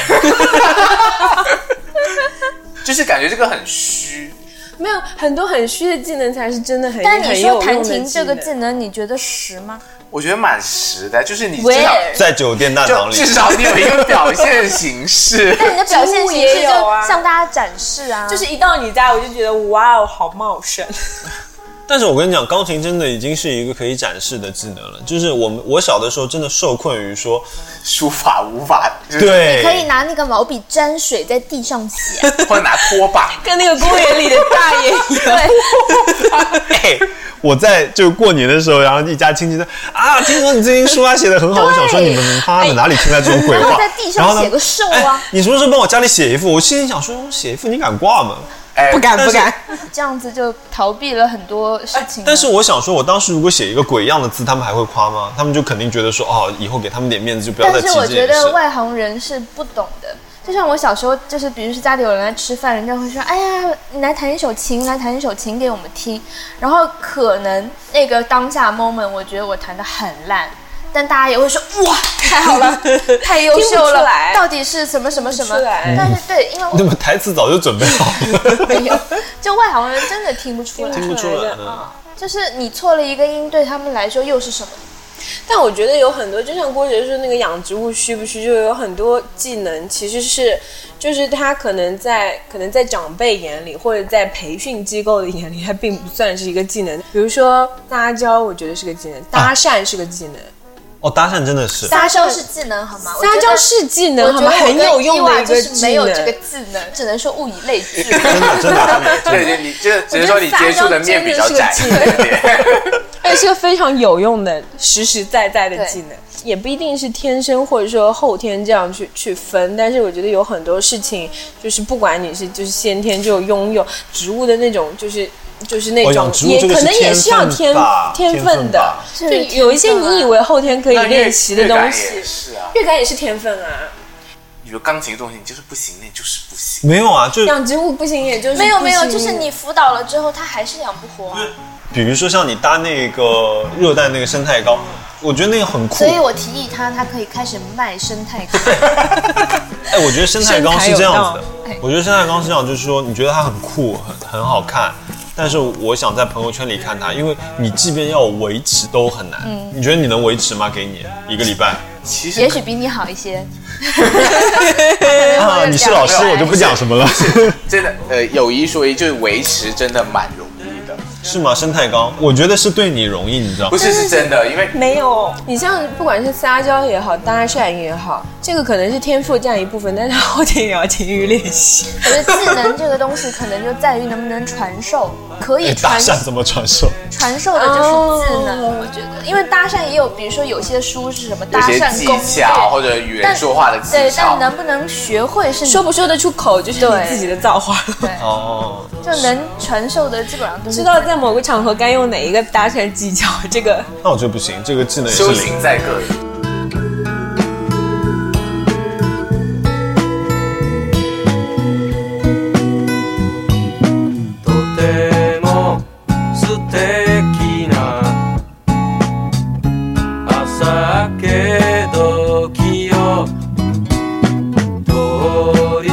E: 就是感觉这个很虚，
B: 没有很多很虚的技能才是真的很
C: 但你
B: 很有
C: 说
B: 用的
C: 弹琴这个
B: 技
C: 技
B: 能，
C: 能，你觉得实吗
E: 我觉得蛮实的，就是你至少
C: ？Where？
A: 在酒店大堂
E: (laughs) 就
A: 里，
E: 至少你有一个表现形式。
C: 但你的表现
B: 植物
C: 形
B: 也
C: 式就
B: 有啊
C: 向大家展示啊，
B: 就是一到你家我就觉得哇哦，好茂盛。
A: 但是我跟你讲，钢琴真的已经是一个可以展示的技能了。就是我们我小的时候真的受困于说，
E: 书法、无法，就是
A: 对，
C: 可
A: (laughs)
C: 以拿那个毛笔沾水在地上写。
E: 或者拿拖把。
B: 跟那个公园里的大爷一样。 (laughs)
A: 哎，我在就过年的时候，然后一家亲戚说啊，听说你最近书法写的很好，我想说你们妈的哪里听来这种鬼
C: 然
A: 话
C: 后？在地
A: 然后
C: 上
A: 呢
C: 写个寿
A: 哎
C: 啊，，
A: 你什么时候帮我家里写一副？我心里想说，我写一副你敢挂吗？
E: 哎，不敢
A: 不敢。
C: 这样子就逃避了很多事情啊。
A: 哎但是我想说，我当时如果写一个鬼样的字，他们还会夸吗？他们就肯定觉得说，哦，以后给他们点面子，就不要再
C: 但
A: 提
C: 是我
A: 这
C: 觉
A: 件
C: 得
A: 事。
C: 外行人是不懂的。就像我小时候，就是比如是家里有人来吃饭，人家会说：“哎呀，你来弹一首琴，来弹一首琴给我们听。”然后可能那个当下 moment，我觉得我弹的很烂，但大家也会说：“哇，太好了，太优秀
B: 听不出
C: 了
B: 来！”
C: 到底是什么什么什
B: 听
C: 么
B: 不出来？
C: 但是对，因为
A: (laughs)
C: 我
A: 那么台词早就准备好 (laughs) 了，
C: 没有，就外行人真的听不出来。
A: 听不出
B: 来
A: 来
B: 的。
A: 嗯
C: 就是你错了一个音，对他们来说又是什么？
B: 但我觉得有很多，就像郭姐说那个养植物需不需，就有很多技能其实是，就是他可能在可能在长辈眼里，或者在培训机构的眼里，它并不算是一个技能。比如说撒娇，我觉得是个技能；搭讪是个技能，
A: 哦，搭讪真的
C: (laughs)
A: 是。
C: 撒娇是技能好吗？我觉
B: 撒
C: 得
B: 娇是技
C: 我
B: 能，好
C: 觉
B: 吗？
C: 得
B: 很有用的一
C: 就
B: 个
C: 是没
B: 技
C: 有这个
B: 能。
C: 技能，只能说物以类聚。
A: 真的，真的，真的，
C: (laughs)
A: 真
E: 对
A: 的
E: (laughs) 对，你就只是说你接触的面比较窄一点。
B: 而且是个非常有用的、实实在在的技能，也不一定是天生或者说后天这样去去分。但是我觉得有很多事情，就是不管你是就是先天就拥有植物的那种，就是就是那
A: 哦
B: 种
A: 养植物
B: 也
A: 这个
B: 可
A: 是
B: 能也需要
A: 天
B: 天
A: 分吧
B: 天
A: 天分
B: 的
A: 吧，
B: 就
C: 这是
B: 有一些
C: 天分啊
B: 你以为后天
C: (laughs)
B: 可以
E: 那
B: 练习的
E: 乐
B: 东
E: 感
B: 西
E: 也， (laughs) 是啊，
B: 乐感也是天分啊。
E: 你说钢琴这东西你就是不行，那就是不
C: 嗯
E: 行。
A: 没有啊，就
B: 养植物不行，也就是
C: (laughs) 没有没有，
B: 不行
C: 就是你辅导了之后，他还是养不活啊。
A: 比如说像你搭那个热带那个生态膏，我觉得那个很酷
C: 所。以我提议他，他可以开始卖生
E: (laughs)
C: 态课。
A: 哎，我觉得生态膏是这样子的
C: 身材有道哎，
A: 我觉得生态膏是这样，就是说你觉得它很酷，很很好看。但是我想在朋友圈里看它，因为你即便要维持都很难。
C: 嗯
A: 你觉得你能维持吗？给你一个礼拜
E: 其实
C: 也许比你好一
E: (laughs)
C: 些。哎
A: 啊？你是老师，
C: 两个
A: 我就不讲什么了，
E: 真的，呃，有一说一，就是维持真的蛮容易的，
A: 是吗？生态膏，我觉得是对你容易，你知道
E: 不
A: 吗？
E: 是是真的，因为
B: 没有，你像不管是撒娇也好，搭讪也好，这个可能是天赋占一部分，但是后天也要勤于练习。
C: (laughs) 我觉得技能这个东西，可能就在于能不能传授。可以
A: 哎搭
C: 传
A: 讪怎么传授？
C: 传授的就是技能，
B: 哦
C: 我觉得，因为搭讪也有，比如说有些书是什么
E: 有
C: 搭
E: 些
C: 讪
E: 技
C: 攻略，
E: 巧或者语言
C: 但
E: 说话的技
C: 对，但
E: 巧
C: 你，能不能学会是
B: (laughs)
C: 你
B: 说不说得出口，就是
C: 对
B: 你自己的造化了。
C: 对，
A: 哦，
C: 就能传授的基本上都
B: (laughs)
C: 是
B: 知道在某个场合该用哪一个搭讪技巧，这个
A: 那我觉得不行，这个技能也是
E: 修
A: 零
E: 行。在个人。
F: とても素敵な朝明け時を通り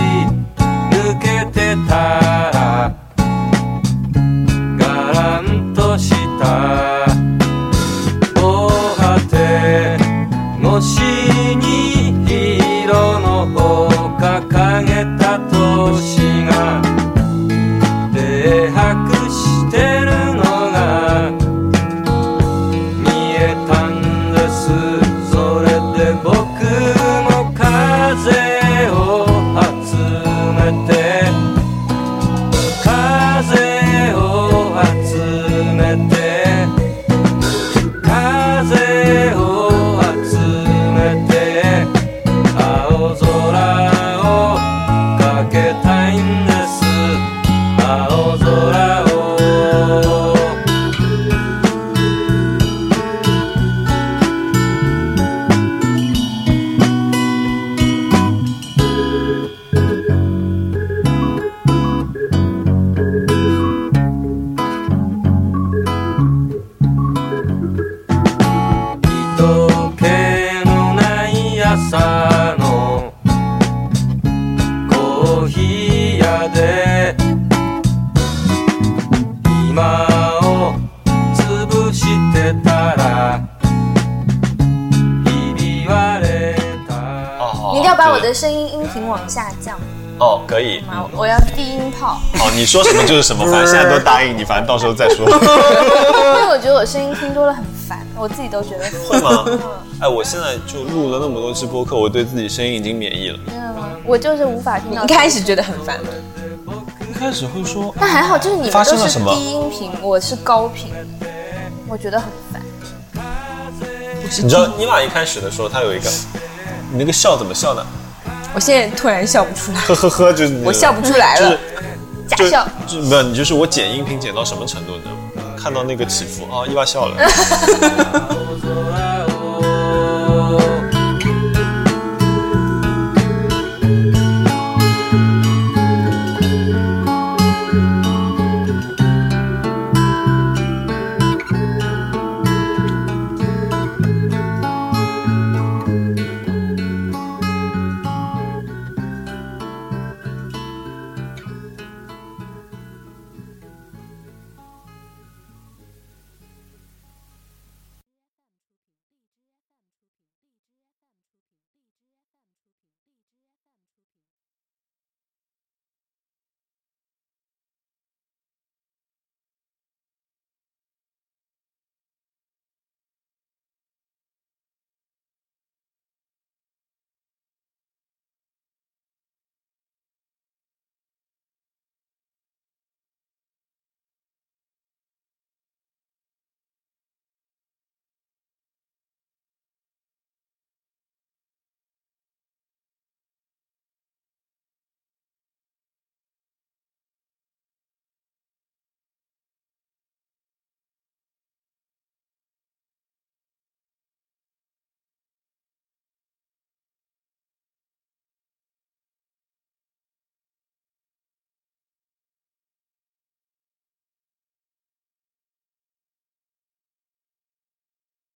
G: 星が停泊してるのが見えたんですそれで僕も風を集めて風を集めて風を集めて青空をかけたいんです青空を人気のない朝のコーヒー屋で今を潰してたらひび割れた
A: 哦，
C: 你一定要把我的声音音频往下降
A: 哦，可以。
C: 吗？我要低音 (laughs) 炮，
A: 好，你说什么就是什么，反正现在都答应你，反正到时候再 (laughs) 说，
C: 因为我觉得我声音听多了很烦，我自己都觉得烦。
A: 会吗？哎，我现在就录了那么多期播客，我对自己声音已经免疫了。
C: 真的吗？我就是无法听
B: 你
C: 到。
B: 一开始觉得很烦，
A: 一开始会说
C: 但还好，就是你们
A: 发
C: 都
A: 生了
C: 是
A: 什么
C: 低音频，我是高频，我觉得很烦。
A: 你知道妮娜一开始的时候，她有一个，你那个笑怎么笑呢？
B: 我现在突然笑不出来，
A: 呵呵呵，就是
B: 我笑不出来了。
C: 假
A: 就是
C: 笑，
A: 就是没有，哦你就是我剪音频剪到什么程度呢？看到那个起伏啊，伊娃笑了。